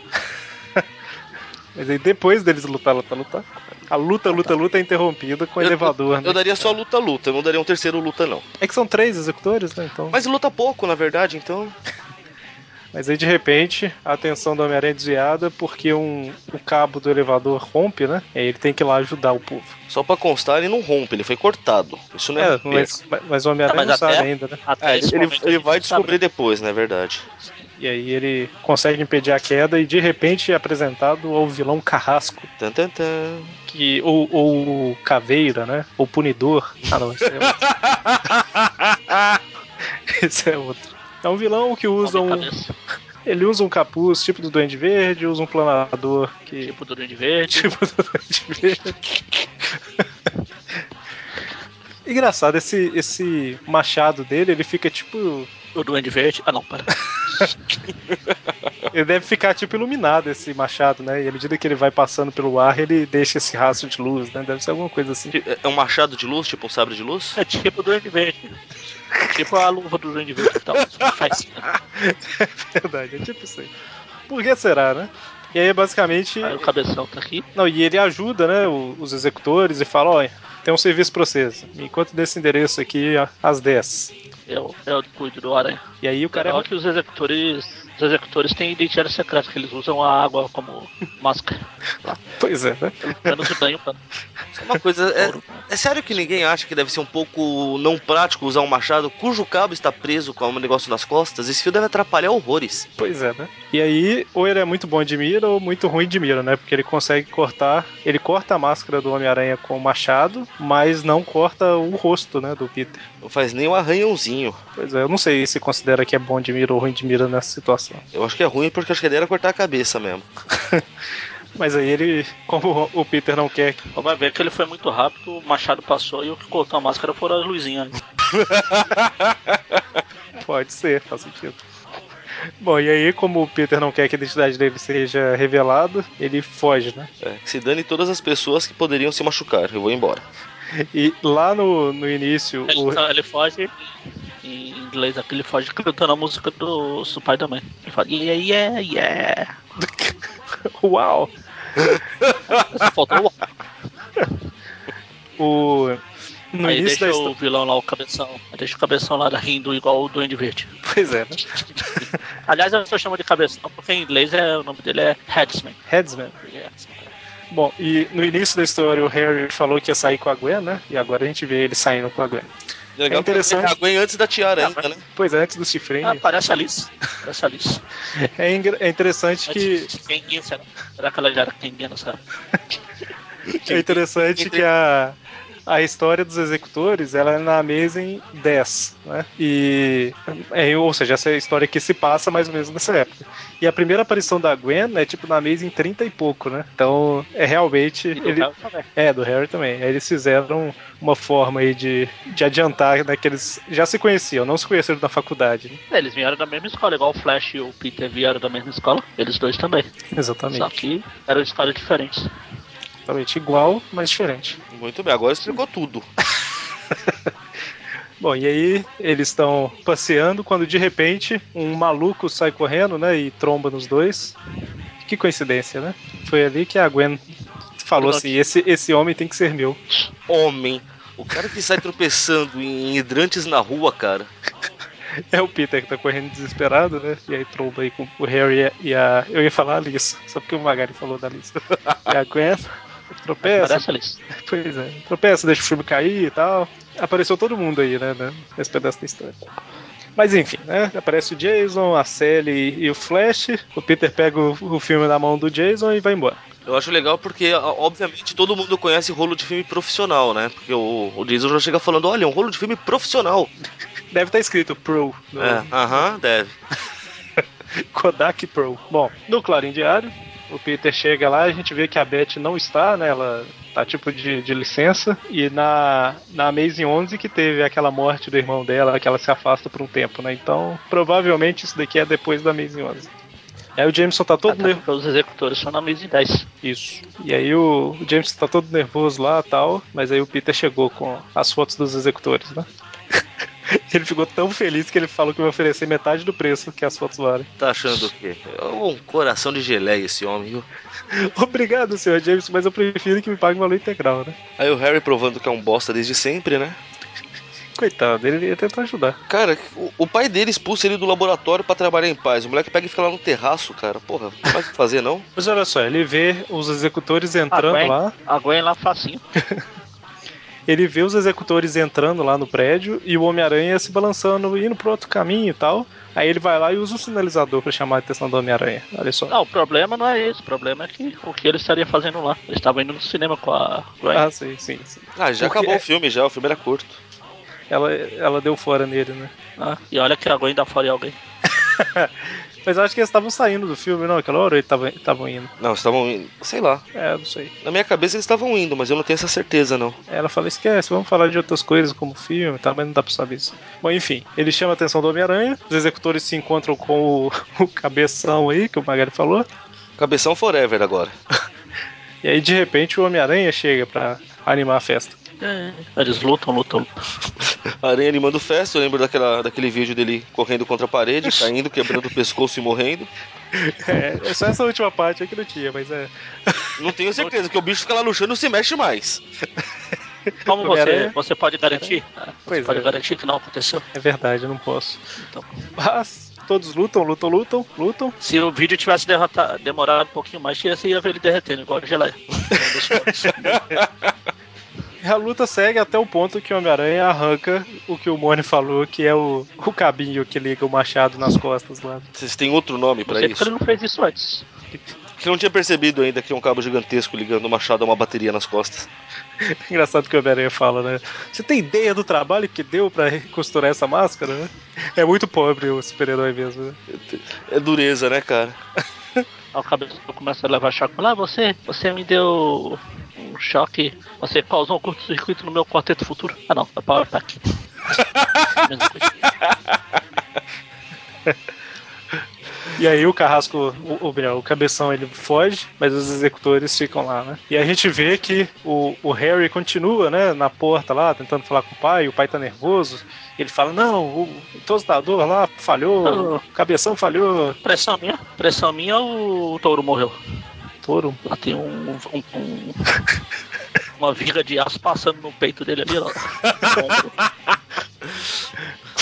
A: Mas aí depois deles lutar, lutar, lutar. A luta, luta, luta é interrompida com o
C: Eu-
A: elevador, né?
C: Eu daria só luta-luta, eu não daria um terceiro luta, não.
A: É que são três executores, né? Então.
C: Mas luta pouco, na verdade, então.
A: Mas aí de repente a atenção do Homem-Aranha é desviada porque um, o cabo do elevador rompe, né? E aí ele tem que ir lá ajudar o povo.
C: Só pra constar, ele não rompe, ele foi cortado. Isso não é.
A: É,
C: romper.
A: mas, mas o Homem-Aranha
B: Tá, Né? mas
A: não sabe
B: até-
A: ainda, né?
B: Até
C: É,
B: esse
C: ele, ele-
B: momento,
C: ele
B: a
C: vai
B: gente sabe.
C: descobrir depois, na verdade.
A: E aí ele consegue impedir a queda e de repente é apresentado ao vilão Carrasco,
C: Tan, tan, tan.
A: que ou, ou Caveira, né? Ou Punidor. Ah, não, esse é outro. esse é outro. É um vilão que usa
B: Homem
A: um.
B: cabeça,
A: Ele usa um capuz tipo do Duende Verde, usa um planador que.
B: Tipo do Duende Verde.
A: Tipo do Duende Verde. Engraçado, esse, esse machado dele, ele fica tipo.
B: O Duende Verde. Ah, não, pera.
A: Ele deve ficar tipo iluminado esse machado, né? E à medida que ele vai passando pelo ar, ele deixa esse rastro de luz, né? Deve ser alguma coisa assim.
C: É um machado de luz, tipo um sabre de luz?
B: É tipo o Duende Verde. Tipo a luva do Duende Verde e tal. Faz.
A: Verdade, é tipo isso aí. Por que será, né? E aí, basicamente.
B: Aí o cabeção tá aqui.
A: Não, e ele ajuda, né, o- os executores e fala: olha, tem um serviço pra vocês. Me encontre nesse endereço aqui a- às 10.
B: Eu, eu cuido do aranha.
A: E aí o
B: Cara,
A: cara
B: é
A: é
B: hora que os executores. Os executores têm identidade secreta, que eles usam a água como máscara.
A: Pois é, né?
B: Pelo menos o Dan e o Dan.
C: Uma coisa, é, é sério que ninguém acha que deve ser um pouco não prático usar um machado cujo cabo está preso com um negócio nas costas? Esse fio deve atrapalhar horrores.
A: Pois é, né? E aí, ou ele é muito bom de mira ou muito ruim de mira, né? Porque ele consegue cortar. Ele corta a máscara do Homem-Aranha com o machado, mas não corta o rosto, né, do Peter.
C: Não faz nem um arranhãozinho.
A: Pois é, eu não sei se considera que é bom de mira ou ruim de mira nessa situação.
C: Eu acho que é ruim porque acho que a ideia era cortar a cabeça mesmo.
A: Mas aí ele, como o Peter não quer
B: Ó, Vai ver que ele foi muito rápido, o machado passou e o que cortou a máscara foram as luzinhas. né?
A: Pode ser, faz sentido. Bom, e aí, como o Peter não quer que a identidade dele seja revelada, ele foge, né?
C: É, se dane todas as pessoas que poderiam se machucar. Eu vou embora.
A: E lá no, no início,
B: Ele,
A: o-
B: ele foge, em- em inglês aqui, ele foge cantando a música do Spider-Man. Ele fala, yeah, yeah, yeah.
A: uau!
B: Só faltou o.
A: O, no
B: Aí
A: início
B: deixa
A: da
B: o
A: história.
B: vilão lá, o cabeção. Aí Deixa o cabeção lá rindo igual o Duende Verde.
A: Pois é, né?
B: Aliás, eu só chamo de cabeção porque em inglês é, o nome dele é Headsman.
A: Headsman.
B: Yeah.
A: Bom, e no início da história, o Harry falou que ia sair com a Gwen, né? E agora a gente vê ele saindo com a Gwen.
C: Legal
A: É interessante.
C: que eu aguei antes da tiara
B: Ah,
C: ainda, né?
A: Pois é, antes do chifrinho.
B: Ah, parece a Alice. Parece a Alice.
A: É, engra- é interessante que.
B: Quem será? Será que ela já era quem nessa
A: É interessante que a, a história dos executores ela é na Amazing 10, né? E é, ou seja, essa é a história que se passa mais ou menos nessa época. E a primeira aparição da Gwen é tipo na Amazing 30 e pouco, né? Então é realmente ele, é do Harry também. Aí Eles fizeram uma forma aí de, de adiantar né, que eles já se conheciam, não se conheceram na faculdade. Né?
B: É, Eles vieram da mesma escola, igual o Flash e o Peter vieram da mesma escola. Eles dois também. Só
A: Exatamente,
B: que eram escolas diferentes.
A: exatamente igual, mas diferente.
C: Muito bem, agora explicou tudo.
A: Bom, e aí eles estão passeando quando de repente um maluco sai correndo, né? E tromba nos dois. Que coincidência, né? Foi ali que a Gwen falou assim: esse, esse homem tem que ser meu.
C: Homem. O cara que sai tropeçando em hidrantes na rua, cara.
A: É o Peter que tá correndo desesperado, né? E aí tromba aí com o Harry e a. Eu ia falar a Alice, só porque o Magari falou da Alice. E a Gwen tropeça,
B: Parece a Alice.
A: pois é, tropeça, deixa o filme cair e tal. Apareceu todo mundo aí, né? né, Nesse pedaço da história. Mas enfim, né? Aparece o Jason, a Sally e o Flash. O Peter pega o, o filme na mão do Jason e vai embora.
C: Eu acho legal porque, ó, obviamente, todo mundo conhece rolo de filme profissional, né? Porque o, o Jason já chega falando, olha, é um rolo de filme profissional.
A: Deve estar escrito Pro. no-
C: É, aham, deve.
A: Kodak Pro. Bom, no Clarim Diário, o Peter chega lá, a gente vê que a Beth não está, né? Ela tá tipo de, de licença. E na, na Amazing 11 que teve aquela morte do irmão dela, que ela se afasta por um tempo, né? Então, provavelmente isso daqui é depois da Amazing 11. Aí o Jameson tá todo
B: Até
A: nervoso.
B: porque os executores são na mesa de 10.
A: Isso. E aí o o Jameson tá todo nervoso lá tal, mas aí o Peter chegou com as fotos dos executores, né? ele ficou tão feliz que ele falou que vai oferecer metade do preço que as fotos valem.
C: Tá achando o quê? É um coração de geleia esse homem, viu?
A: Obrigado, senhor Jameson, mas eu prefiro que me pague o valor integral, né?
C: Aí o Harry provando que é um bosta desde sempre, né?
A: Coitado, ele ia tentar ajudar.
C: Cara, o, o pai dele expulsa ele do laboratório pra trabalhar em paz. O moleque pega e fica lá no terraço, cara. Porra, não tem mais o que fazer, não?
A: Mas olha só, ele vê os executores entrando
B: Gwen-
A: lá,
B: a Gwen lá facinho.
A: ele vê os executores entrando lá no prédio e o Homem-Aranha se balançando, indo pro outro caminho e tal. Aí ele vai lá e usa o sinalizador pra chamar a atenção do Homem-Aranha. Olha só.
B: Não, o problema não é esse. O problema é que o que ele estaria fazendo lá. Ele estava indo no cinema com a Gwen.
A: Ah, sim, sim, sim.
C: Ah, já
A: Porque-
C: acabou o filme, já. O filme era curto.
A: Ela, ela deu fora nele, né?
B: Ah, e olha que a Gwen dá fora em alguém.
A: Mas eu acho que eles estavam saindo do filme, não? Aquela hora eles estavam- estavam indo.
C: Não, estavam indo. Sei lá.
A: É, não sei.
C: Na minha cabeça eles estavam indo, mas eu não tenho essa certeza, não.
A: Ela fala, esquece, vamos falar de outras coisas como filme e tal, mas não dá pra saber isso. Bom, enfim, ele chama a atenção do Homem-Aranha, os executores se encontram com o, o cabeção aí, que o Magari falou,
C: Cabeção Forever agora.
A: e aí de repente o Homem-Aranha chega pra animar a festa.
B: É, eles lutam, lutam.
C: Aranha animando festa, eu lembro daquela, daquele vídeo dele correndo contra a parede, caindo, quebrando o pescoço e morrendo.
A: É, é só essa última parte aí que não tinha, mas é.
C: Não tenho certeza, que o bicho fica lá luxando e não se mexe mais.
B: Como você,
A: Homem-Aranha?
B: você pode garantir? Ah, Você
A: Pois
B: pode
A: é.
B: garantir que não aconteceu?
A: É verdade, eu não posso.
B: Então,
A: Mas todos lutam, lutam, lutam, lutam.
B: se o vídeo tivesse derrota- demorado um pouquinho mais, você ia ver ele derretendo, igual a geleia.
A: E a luta segue até o ponto que o Homem-Aranha arranca o que o Mone falou, que é o, o cabinho que liga o machado nas costas lá.
C: Vocês têm outro nome pra
B: Você porque
C: isso?
B: ele não fez isso antes.
C: Que eu não tinha percebido ainda que é um cabo gigantesco ligando o machado a uma bateria nas costas.
A: Engraçado que o Homem-Aranha fala, né? Você tem ideia do trabalho que deu pra costurar essa máscara, né? É muito pobre o super-herói mesmo, né?
C: É dureza, né, cara?
B: Aí o cabeça começa a levar choque. Lá, você, você me deu um choque. Você causou um curto-circuito no meu quarteto futuro. Ah, não, é Power Pack. Mesma coisa.
A: E aí o carrasco, o, o, melhor, o cabeção, ele foge, mas os executores ficam lá, né? E a gente vê que o, o Harry continua, né, na porta lá, tentando falar com o pai, o pai tá nervoso. Ele fala, não, o tostador lá falhou, o cabeção falhou.
B: Pressão minha? Pressão minha ou o touro morreu?
A: Touro.
B: Lá tem um. um- um- uma viga de aço passando no peito dele ali, ó.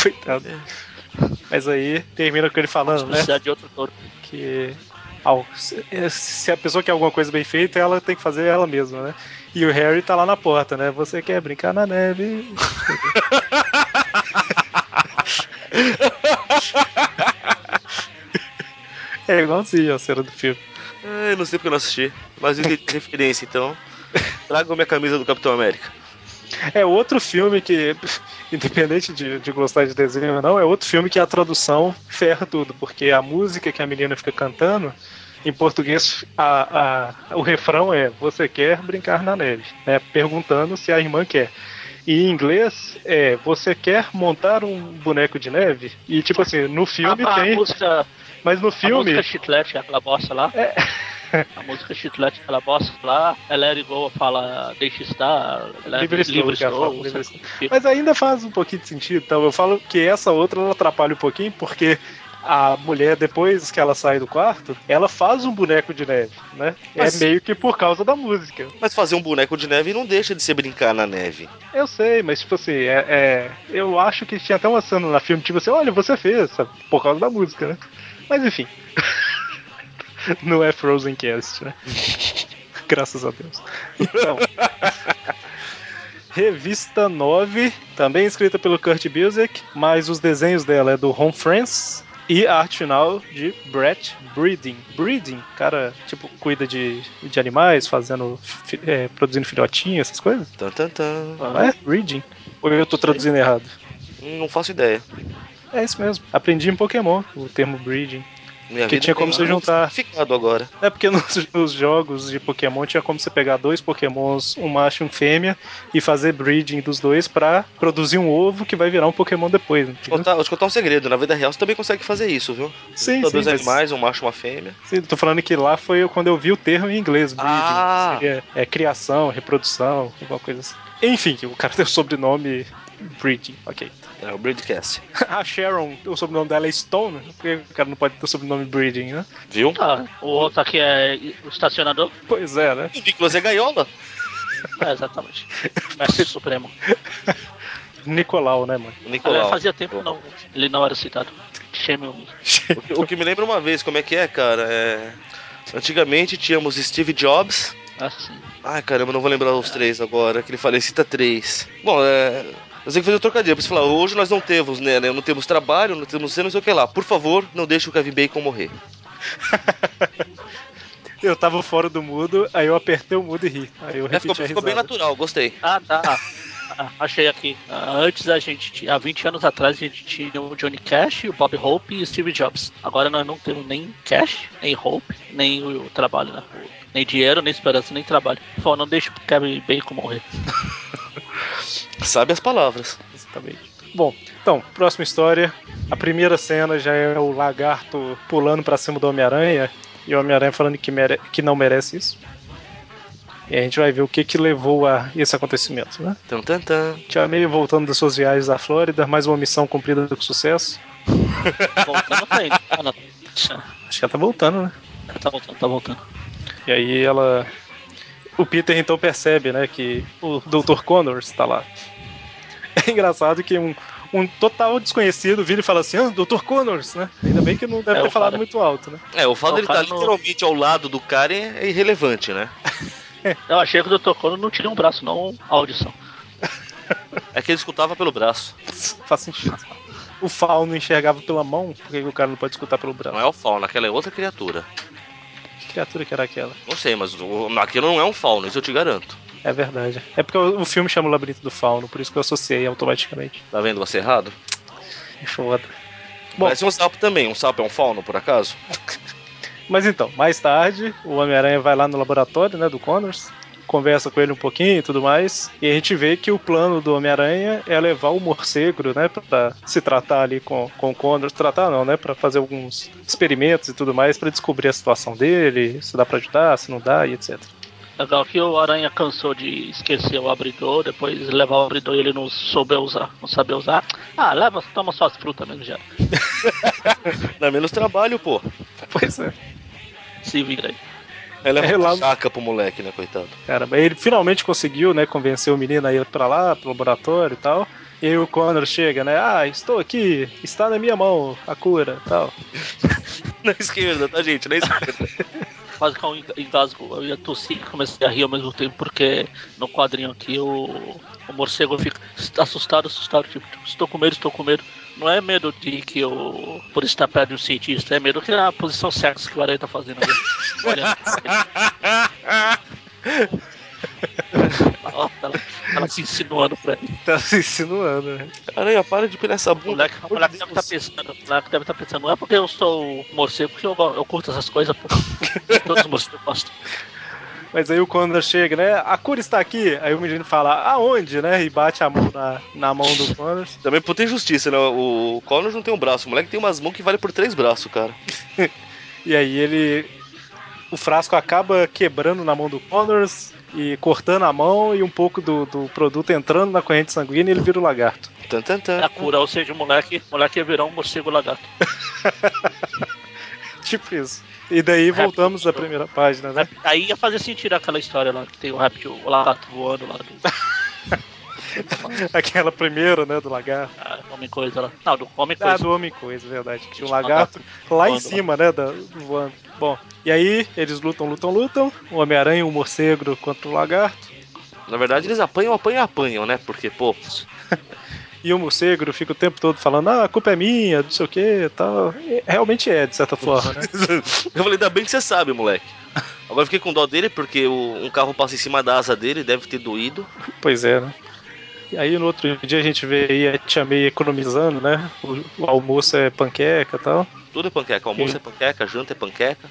A: Coitado. Mas aí termina com ele falando, né?
B: Precisa de outro touro.
A: que ao- se- se a pessoa quer alguma coisa bem feita, ela tem que fazer ela mesma, né? E o Harry tá lá na porta, né? Você quer brincar na neve? é igualzinho a cena do filme.
C: É, eu não sei porque eu não assisti, mas eu entendi a referência, então. Trago minha camisa do Capitão América.
A: É outro filme que, independente de, de gostar de desenho ou não, é outro filme que a tradução ferra tudo, porque a música que a menina fica cantando, em português, a- a- o refrão é Você quer brincar na neve? né, perguntando se a irmã quer. E em inglês é Você quer montar um boneco de neve? E tipo assim, no filme
B: a, a
A: tem.
B: música,
A: Mas no
B: Ah, tá. a
A: filme.
B: música chiclete, aquela bosta lá.
A: É.
B: A música chiclete, é aquela bosta lá. Ela é igual fala, deixa estar. Ela
A: Livre estou,
B: livre
A: cara,
B: estou,
A: fala, livre
B: sabe? Que-
A: Mas ainda faz um pouquinho de sentido, então eu falo que essa outra ela atrapalha um pouquinho porque a mulher depois que ela sai do quarto, ela faz um boneco de neve, né?
C: Mas-
A: É meio que por causa da música.
C: Mas fazer um boneco de neve não deixa de ser brincar na neve.
A: Eu sei, mas tipo assim, é, é- eu acho que tinha até uma cena na filme tipo assim, olha, você fez, sabe? por causa da música, né? Mas enfim. Não é Frozen Cast, né? Graças a Deus. Então, Revista 9, também escrita pelo Kurt Busiek, mas os desenhos dela é do Ron France. E a arte final de Brett Breeding. Breeding, cara, tipo, cuida de, de animais, fazendo, fi- é, produzindo filhotinho, essas coisas.
C: Tan, tan, tan.
A: Não é? Breeding? Ou eu tô traduzindo errado?
C: Não faço ideia.
A: É isso mesmo. Aprendi em Pokémon o termo breeding.
C: Minha
A: Que
C: vida
A: tinha como
C: tem
A: você
C: um
A: juntar.
C: significado agora.
A: É porque nos, nos jogos de Pokémon tinha como você pegar dois Pokémons, um macho e um fêmea, e fazer breeding dos dois pra produzir um ovo que vai virar um Pokémon depois. Não
C: Vou te
A: tinha?
C: Contar, vou te contar um segredo. Na vida real você também consegue fazer isso, viu?
A: Sim,
C: São dois
A: sim, mas-
C: animais, um macho e uma fêmea.
A: Sim, tô falando que lá foi quando eu vi o termo em inglês, breeding.
C: Ah.
A: Seria, é, criação, reprodução, alguma coisa assim. Enfim, o cara tem o sobrenome breeding, ok.
C: É o Breedcast.
A: A Sharon, o sobrenome dela é Stone, porque o cara não pode ter o sobrenome breeding, né?
C: Viu?
B: Ah, o outro aqui é o estacionador?
A: Pois é, né?
C: O Nicolas é gaiola.
B: É, exatamente. Mestre Supremo.
A: Nicolau, né, mano?
C: O
B: Aliás,
C: Nicolau.
B: fazia tempo que não, ele não era citado. Shame on me.
C: O que, o que me lembra uma vez, como é que é, cara? É... Antigamente tínhamos Steve Jobs.
B: Assim.
C: Ai, caramba, não vou lembrar os três agora, que ele falecita três. Bom, é. Eu sei que fazer um trocadilho, pra você falar, hoje nós não temos, né, né? Não temos trabalho, não temos não sei o que lá. Por favor, não deixe o Kevin Bacon morrer.
A: Eu tava fora do mudo, aí eu apertei o mudo e ri. Aí eu
C: É,
A: repeti
C: ficou,
A: a
C: ficou bem
A: risada.
C: natural, gostei.
B: Ah, tá. Ah, achei aqui. Ah, antes a gente tinha, há 20 anos atrás, a gente tinha o Johnny Cash, o Bob Hope e o Steve Jobs. Agora nós não temos nem Cash, nem Hope, nem o, o trabalho, né? O- nem dinheiro, nem esperança, nem trabalho. Só não deixa o Kevin Bacon morrer.
C: Sabe as palavras.
A: Exatamente. Bom, então, próxima história. A primeira cena já é o lagarto pulando pra cima do Homem-Aranha e o Homem-Aranha falando que, mere- que não merece isso. E a gente vai ver o que, que levou a esse acontecimento, né?
C: Tan, tan, tan.
A: Tia May voltando das suas viagens à Flórida, mais uma missão cumprida com sucesso.
B: Voltando tá indo. Ah, não. Ah,
A: Acho que ela tá voltando, né?
B: Tá voltando, tá voltando.
A: E aí ela. O Peter então percebe, né, que o Dr. Connors tá lá. É engraçado que um, um total desconhecido vira e fala assim, ah, Dr. Connors, né? Ainda bem que não deve
B: É,
A: ter
B: o
A: falado
B: cara.
A: muito alto, né?
C: É, o fato
B: Não,
C: dele estar
B: cara, não-
C: literalmente ao lado do cara é é irrelevante, né?
B: Eu achei que o Dr. Cono não tinha um braço, não a audição.
C: É que ele escutava pelo braço.
A: Faz sentido. O fauno enxergava pela mão, por que que o cara não pode escutar pelo braço?
C: Não é o fauna, aquela é outra criatura.
A: Que criatura que era aquela?
C: Não sei, mas o- aquilo não é um fauna, isso eu te garanto.
A: É verdade. É porque o o filme chama o Labirinto do Fauno, por isso que eu associei automaticamente.
C: Tá vendo você errado?
A: É foda. Bom.
C: Parece um sapo também. Um sapo é um fauno, por acaso?
A: Mas então, mais tarde, o Homem-Aranha vai lá no laboratório, né, do Connors, conversa com ele um pouquinho e tudo mais, e a gente vê que o plano do Homem-Aranha é levar o morcego, né, pra se tratar ali com, com o Connors, tratar não, né, pra fazer alguns experimentos e tudo mais, pra descobrir a situação dele, se dá pra ajudar, se não dá e etc.
B: Legal que o Aranha cansou de esquecer o abridor, depois levar o abridor e ele não souber usar, não saber usar. Ah, leva, toma só as frutas mesmo já.
C: Dá é menos trabalho, pô.
A: Pois é.
B: Se vira aí.
C: Ela
A: É,
C: é
A: lá-
C: uma saca pro moleque, né, coitado?
A: Cara, mas ele finalmente conseguiu, né, convencer o menino a ir pra lá, pro laboratório e tal. E aí o Connor chega, né? Ah, estou aqui, está na minha mão a cura e tal.
C: Na esquerda, tá, gente? Na esquerda.
B: Quase que eu engasgo. Eu ia tossir e comecei a rir ao mesmo tempo, porque no quadrinho aqui o, o morcego fica assustado, assustado, tipo, tipo, estou com medo, estou com medo. Não é medo de que eu. por estar perto de um cientista, é medo que é a posição sexo que o Aranha tá fazendo ali. Olha. Ó, tá lá- tá lá se insinuando pra ele.
A: Tá se insinuando, né?
C: Aranha, para de pirar essa
B: O
C: bunda.
B: moleque, o moleque
C: tá
B: deve estar pensando, o moleque deve estar pensando, não é porque eu sou morcego, porque eu, go- eu curto essas coisas, pô. Todos os morcegos gostam.
A: Mas aí o Condor chega, né? A cura está aqui. Aí o menino fala, aonde, né? E bate a mão na, na mão do Condor.
C: Também por ter justiça, né? O Connors não tem um braço. O moleque tem umas mãos que vale por três braços, cara.
A: E aí ele. O frasco acaba quebrando na mão do Connors e cortando a mão e um pouco do, do produto entrando na corrente sanguínea e ele vira o lagarto.
C: Tan, tan,
B: É a
C: tan.
B: cura, ou seja, o moleque, o moleque ia virar um morcego lagarto.
A: Tipo isso. E daí voltamos à primeira página, né?
B: Aí ia fazer sentido aquela história lá, que tem o rap, o lagarto voando lá do
A: Aquela primeira, né? Do lagarto.
B: ah, homem coisa lá. Não, do homem
A: Ah,
B: coisa.
A: do Homem Coisa, verdade. Que tinha um lagarto lá em
B: voando lá.
A: cima, né? Da, voando. um Bom, e aí eles lutam, lutam, lutam. O Homem-Aranha e o morcego contra o um lagarto.
C: Na verdade, eles apanham, apanham, apanham, né? Porque, pô,
A: E o morcego fica o tempo todo falando, ah, a culpa é minha, não sei o que e tal. E Realmente é, de certa forma, né?
C: eu falei, ainda bem que você sabe, moleque. Agora eu fiquei com dó dele porque o- um carro passa em cima da asa dele, deve ter doído.
A: Pois é, né? E aí no outro dia a gente vê aí a Tia May economizando, né? O, o almoço é panqueca e tal.
C: Tudo é panqueca, almoço é panqueca, janta é panqueca.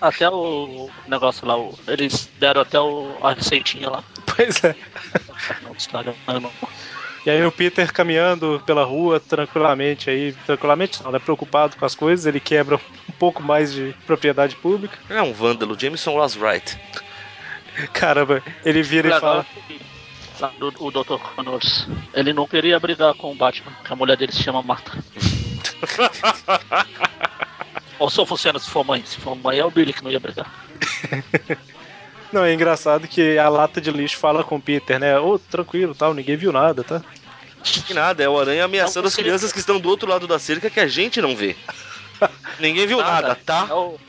B: Até o negócio lá, o- eles deram até o, a receitinha lá.
A: Pois é.
B: Não, Instagram, não, não.
A: E aí o Peter caminhando pela rua tranquilamente aí, tranquilamente não, né? Preocupado com as coisas, ele quebra um pouco mais de propriedade pública.
C: É um vândalo, Jameson was right.
A: Caramba, ele vira e fala.
B: Agora, lá do- o Dr. Connors, ele não queria brigar com o Batman, que a mulher dele se chama Marta. Ou só funciona se for mãe. Se for mãe, é o Billy que não ia brigar.
A: Não, é engraçado que a lata de lixo fala com o Peter, né? Ô, tranquilo, tal, ninguém viu nada, tá?
C: Que nada, é o aranha ameaçando
B: Não,
C: as crianças que estão do outro lado da cerca que a gente não vê. Ninguém viu nada, tá?
B: É o...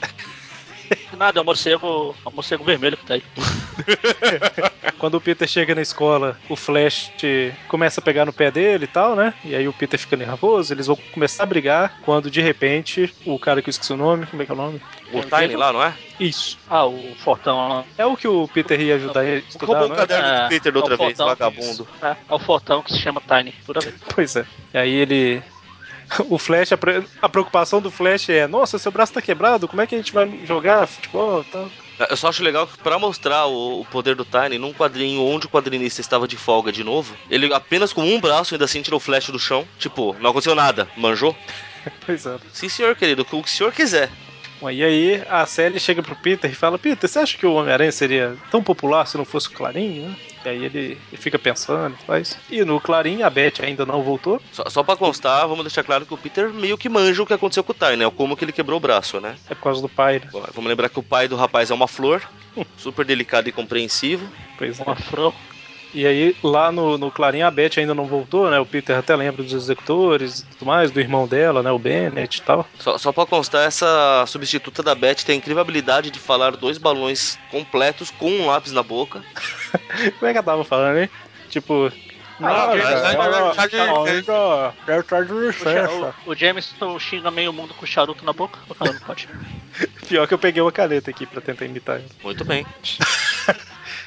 B: Nada, é o morcego, é o morcego vermelho que tá aí.
A: Quando o Peter chega na escola, o Flash te- começa a pegar no pé dele e tal, né? E aí o Peter fica nervoso, eles vão começar a brigar, quando de repente o cara que eu esqueci o nome, como é que é o nome?
C: O Time lá, não é?
A: Isso.
B: Ah, o Fortão lá.
A: É o que o Peter ia ajudar ele a estudar,
C: Roubou o
A: não é?
C: caderno
B: É,
C: do Peter
B: é
C: da
B: o
C: outra vez,
B: Fortão.
C: vagabundo.
B: É, é o Fortão que se chama Tiny. Toda vez.
A: Pois é. E aí ele. O Flash, a pre- a preocupação do Flash é: nossa, seu braço tá quebrado, como é que a gente vai jogar futebol tá?" e tal?
C: Eu só acho legal que pra mostrar o, o poder do Tiny, num quadrinho onde o quadrinista estava de folga de novo, ele apenas com um braço ainda assim tirou o flash do chão. Tipo, não aconteceu nada, manjou?
A: Pois é.
C: Sim, senhor, querido, o que o senhor quiser.
A: Bom, e aí a Sally chega pro Peter e fala: Peter, você acha que o Homem-Aranha seria tão popular se não fosse o Clarim, né? E aí ele, ele fica pensando e faz. E no Clarim, a Beth ainda não voltou.
C: Só, só pra constar, vamos deixar claro que o Peter meio que manja o que aconteceu com o Tiny, né? Como que ele quebrou o braço, né?
A: É por causa do pai, né?
C: Bom, Vamos lembrar que o pai do rapaz é uma flor, super delicado e compreensivo.
A: Pois é.
B: Um afro.
A: E aí lá no, no Clarim, a Beth ainda não voltou, né? O Peter até lembra dos executores e tudo mais, do irmão dela, né? O Bennett e tal.
C: Só, só pra constar, essa substituta da Beth tem a incrível habilidade de falar dois balões completos com um lápis na boca.
A: Como é que ela tava falando, hein? Tipo.
B: Ah,
A: "Não,
B: eu
A: cara,
B: quero
A: eu
G: estar de
A: não,
G: licença."
A: eu quero estar de
B: O, cha-
A: licença.
B: o, o Jameson xinga meio mundo com charuto na boca. Ah, Não pode.
A: Pior que eu peguei uma caneta aqui pra tentar imitar. ela.
C: Muito bem.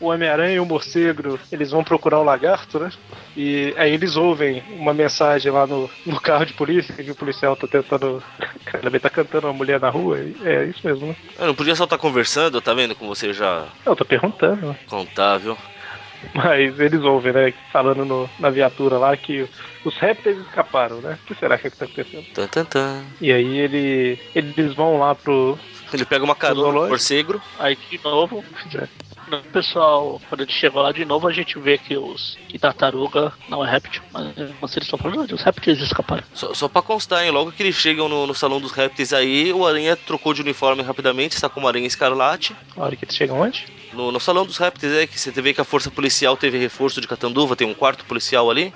A: O Homem-Aranha e o Morcego, eles vão procurar o lagarto, né? E aí eles ouvem uma mensagem lá no, no carro de polícia, que o policial tá tentando. Cara, ele tá cantando uma mulher na rua. e- É isso mesmo, né?
C: Eu não podia só estar conversando, tá vendo? Como você já
A: Não, eu tô perguntando, né?
C: contar, viu?
A: Mas eles ouvem, né? Falando no- na viatura lá que os répteis escaparam, né? O que será que é que tá acontecendo?
C: Tan, tan, tan.
A: E aí ele, eles vão lá pro,
C: Ele pega uma carona
A: Zoológico.
C: do morcego.
B: Aí de novo, né, pessoal, quando ele chegou lá de novo, a gente vê que os que tartaruga não é réptil, mas, mas eles estão falando, "Ah, os répteis escaparam.
C: Só, só pra constar, hein? Logo que eles chegam no, no salão dos répteis aí, o aranha trocou de uniforme rapidamente, está com uma aranha escarlate.
A: A hora que eles chegam onde?
C: No, no salão dos répteis aí, que você vê que a força policial teve reforço de Catanduva, tem um quarto policial ali.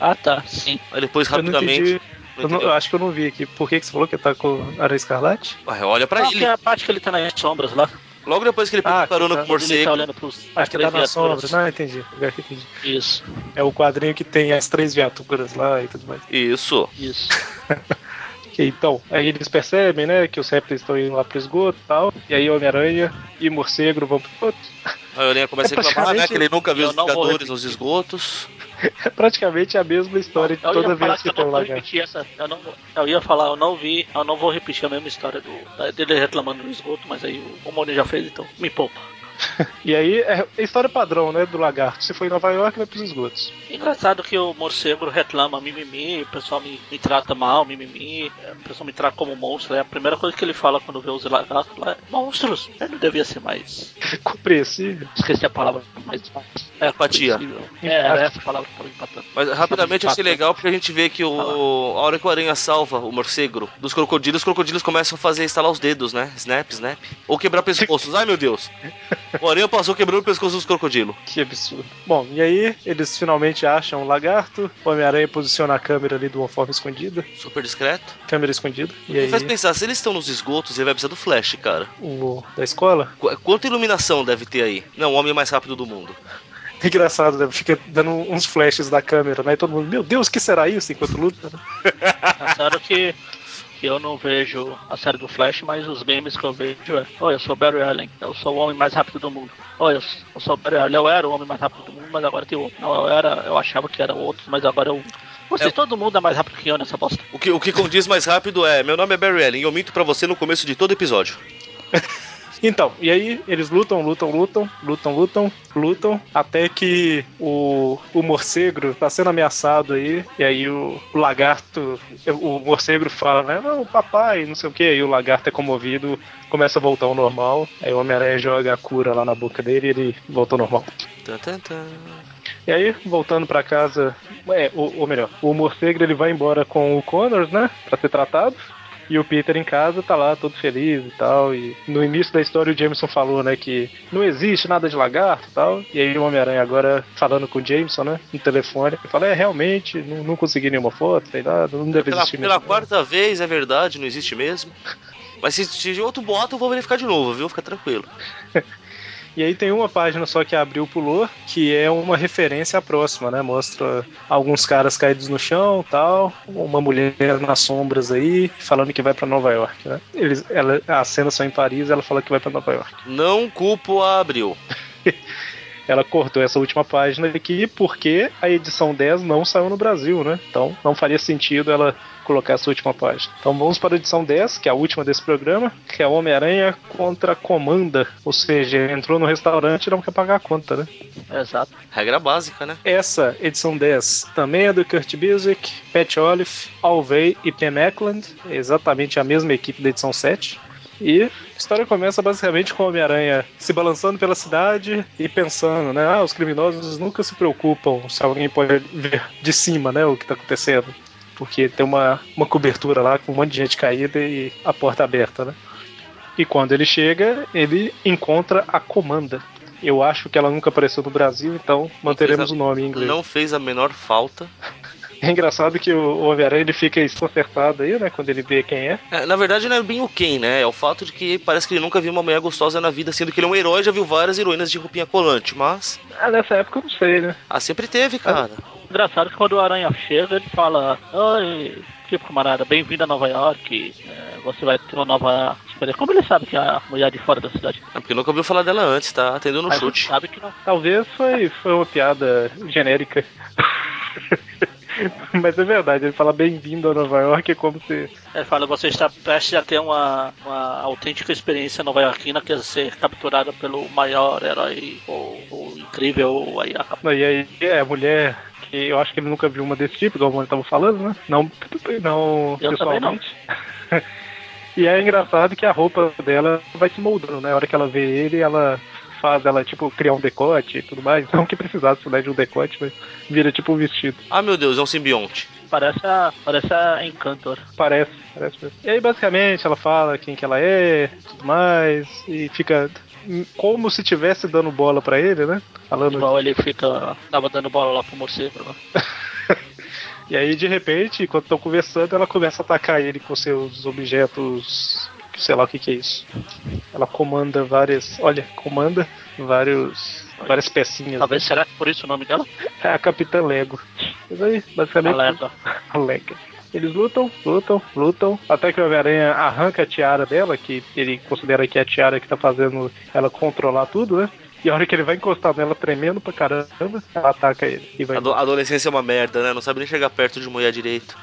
B: Ah tá, sim.
C: Aí depois,
A: Eu não
C: rapidamente...
A: entendi.
C: não
A: Eu, não- Ah,
C: entendeu?
A: eu acho que eu não vi aqui. Por que, que você falou que tá com aranha escarlate?
C: Ah, Olha pra
B: Ah,
C: ele.
B: que é a parte que ele tá nas sombras lá.
C: Logo depois que ele pegou
A: Ah,
C: a carona
A: tá.
C: com o
B: quando Ele tá
C: morcego,
B: olhando pros
A: Ah, que tá na
B: três
A: sombra.
B: viaturas.
A: Não, entendi. Agora que eu entendi.
B: Isso,
A: É o quadrinho que tem as três viaturas lá e tudo mais.
C: isso.
B: isso.
A: Que, então, aí eles percebem, né, que os répteis estão indo lá pro esgoto e tal. E aí Homem-Aranha e Morcego vão pro esgoto.
C: A aranha começa
A: É
C: a reclamar, né?
A: praticamente-
C: Que ele nunca viu
B: Eu
C: os
B: não vou
C: picadores nos esgotos.
A: É praticamente a mesma história de
B: Eu ia
A: toda
B: falar
A: vez que
B: eu
A: tem
B: não
A: um
B: vou
A: lagarto.
B: repetir essa. Eu, não, eu ia falar, eu não vi, eu não vou repetir a mesma história do, da- dele reclamando no esgoto, mas aí o, o Moni já fez, então me poupa.
A: E aí é a história padrão, né, do lagarto. Se for em Nova York, vai pros esgotos.
B: Engraçado que o morcego reclama mimimi, o pessoal me, me trata mal, mimimi, é, o pessoal me trata como monstro. É a primeira coisa que ele fala quando vê os lagartos lá é monstros. Eu não devia ser mais.
A: Compreensível.
B: Esqueci a palavra, mas. É,
C: Empatia.
B: compreensível. É, era essa palavra que estava empatando.
C: Mas rapidamente eu achei
B: Empatando.
C: legal porque a gente vê que o, a hora que o aranha salva o morcego dos crocodilos, os crocodilos começam a fazer estalar os dedos, né? Snap, snap. Ou quebrar pescoços. Ai meu Deus! O aranha passou quebrando o pescoço dos crocodilos.
A: Que absurdo. Bom, e aí eles finalmente acham o lagarto. O Homem-Aranha posiciona a câmera ali de uma forma escondida.
C: Super discreto.
A: Câmera escondida. E
C: Me
A: aí
C: faz pensar, se eles estão nos esgotos, ele vai precisar do flash, cara.
A: o da escola
C: Qu- quanta iluminação deve ter aí? Não, o homem mais rápido do mundo.
A: Engraçado, né? Fica dando uns flashes da câmera, né? E todo mundo, meu Deus, que será isso? Enquanto luta, né?
B: Claro que, que eu não vejo a série do Flash, mas os memes que eu vejo é: Olha, eu sou o Barry Allen, eu sou o homem mais rápido do mundo. Olha, eu sou o Barry Allen, eu era o homem mais rápido do mundo, mas agora tem outro. Não, eu, era, eu achava que era outro, mas agora eu. Vocês, todo mundo é mais rápido que eu nessa bosta.
C: O que, o que condiz mais rápido é: Meu nome é Barry Allen e eu minto pra você no começo de todo episódio.
A: Então, e aí eles lutam, lutam, lutam, lutam, lutam, lutam, até que o, o morcegro tá sendo ameaçado aí, e aí o, o lagarto, o morcegro fala, né, não, papai, não sei o que, aí o lagarto é comovido, começa a voltar ao normal, aí o Homem-Aranha joga a cura lá na boca dele e ele volta ao normal.
C: Tan, tan, tan.
A: E aí, voltando pra casa, é, ou, ou melhor, o morcegro ele vai embora com o Connors, né, pra ser tratado, e o Peter em casa tá lá todo feliz e tal. E no início da história o Jameson falou, né, que não existe nada de lagarto e tal. E aí o Homem-Aranha agora falando com o Jameson, né, no telefone, ele fala, é, realmente, não, não consegui nenhuma foto, sei lá, não deve
C: Pela,
A: existir
C: pela
A: mesmo.
C: quarta vez, é verdade, não existe mesmo. Mas se, se outro bota, eu vou verificar de novo, viu? Fica tranquilo.
A: E aí tem uma página só que abriu pulou, que é uma referência à próxima, né? Mostra alguns caras caídos no chão tal, uma mulher nas sombras aí, falando que vai pra Nova York, né? Eles, ela, a cena só em Paris, ela fala que vai pra Nova York.
C: Não culpo a Abril.
A: Ela cortou essa última página aqui porque a edição 10 não saiu no Brasil, né? Então não faria sentido ela colocar essa última página. Então vamos para a edição 10, que é a última desse programa, que é Homem-Aranha contra Comanda. Ou seja, entrou no restaurante e não quer pagar a conta, né?
B: Exato.
C: Regra básica, né?
A: Essa edição 10 também é do Kurt Busiek, Pat Olive, Alvey e Pam Eklund, exatamente a mesma equipe da edição 7. E a história começa basicamente com o Homem-Aranha se balançando pela cidade e pensando, né? Ah, os criminosos nunca se preocupam se alguém pode ver de cima, né? O que tá acontecendo. Porque tem uma, uma cobertura lá com um monte de gente caída e a porta aberta, né? E quando ele chega, ele encontra a comanda. Eu acho que ela nunca apareceu no Brasil, então manteremos o nome em inglês.
C: Não fez a menor falta.
A: É engraçado que o Homem-Aranha ele fica desconcertado aí, né? Quando ele vê quem é.
C: É, Na verdade, não é bem o quem, né? É o fato de que parece que ele nunca viu uma mulher gostosa na vida, sendo que ele é um herói, já viu várias heroínas de roupinha colante, mas.
A: Ah, nessa época eu não sei, né?
C: Ah, sempre teve, cara.
B: Engraçado que quando o Aranha chega, ele fala: Oi, tipo camarada, bem-vindo a Nova York. é, você vai ter uma nova experiência. Como ele sabe que é a mulher de fora da cidade?
C: É porque nunca ouviu falar dela antes, tá? Atendendo no
B: Mas ele
C: chute.
B: sabe que não.
A: Talvez foi, foi uma piada genérica. Mas é verdade, ele fala bem-vindo a Nova York, é como se.
B: Ele fala: Você está prestes a ter uma, uma autêntica experiência nova iorquina, que é ser capturada pelo maior herói ou, ou incrível aí a
A: Não, E aí, é, a mulher, que eu acho que ele nunca viu uma desse tipo, igual o Mônio tava falando, né? Não, não
B: Eu também não.
A: pessoalmente. e é engraçado que a roupa dela vai se moldando, né? A hora que ela vê ele, ela faz ela, tipo, criar um decote e tudo mais. Não que precisasse né, de um decote, mas vira tipo um vestido.
C: Ah, meu Deus, é um simbionte.
B: Parece a, parece a Encantor.
A: Parece, parece mesmo. E aí, basicamente, ela fala quem que ela é, tudo mais, e fica como se tivesse dando bola pra ele, né? Falando.
B: Igual ele fica. Tava dando bola lá pro morcego. né? lá.
A: E aí, de repente, enquanto estão conversando, ela começa a atacar ele com seus objetos. Sei lá o que que é isso. Ela comanda várias. Olha, comanda vários. Várias pecinhas.
B: Talvez será que por isso o nome dela? é
A: É a Capitã Lego. Mas aí, basicamente.
B: Alerta.
A: Alega. Eles lutam, lutam, lutam, até que o Homem-Aranha arranca a tiara dela, que ele considera que é a tiara que tá fazendo ela controlar tudo, né? E a hora que ele vai encostar nela, tremendo pra caramba, ela ataca ele. E
B: Tá
A: vai
C: Ado- adolescência é uma merda, né? Não sabe nem chegar perto de mulher direito.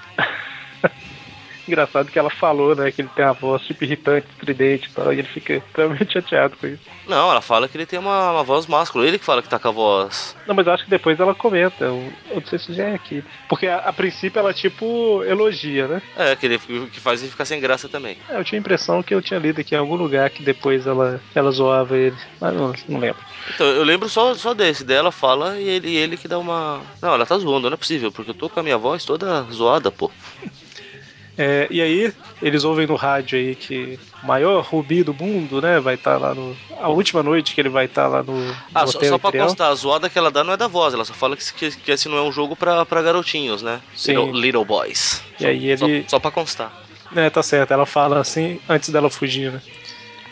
A: Engraçado que ela falou, né? Que ele tem a voz tipo irritante, estridente e tal, e ele fica extremamente chateado com isso.
C: Não, ela fala que ele tem uma, uma voz máscula. Ele que fala que tá com a voz.
A: Não, mas eu acho que depois ela comenta, eu, eu não sei se já é aqui. Porque a, a princípio ela, tipo, elogia, né?
C: É, que ele que faz ele ficar sem graça também.
A: É, Eu tinha a impressão que eu tinha lido aqui em algum lugar que depois ela, ela zoava ele, mas não, não lembro.
C: Então, eu lembro só, só desse. Dela fala e ele, ele que dá uma. Não, ela tá zoando, não é possível, porque eu tô com a minha voz toda zoada, pô.
A: É, e aí, eles ouvem no rádio aí que o maior rubi do mundo, né? Vai estar lá no. A última noite que ele vai estar lá no. no
C: Ah, só,
A: Hotel
C: só pra
A: Imperial.
C: constar, a zoada que ela dá não é da voz, ela só fala que, que, que esse não é um jogo pra, pra garotinhos, né?
A: Sim.
C: Little, little boys.
A: E aí
C: Só,
A: ele.
C: só pra constar.
A: É, tá certo, ela fala assim antes dela fugir, né?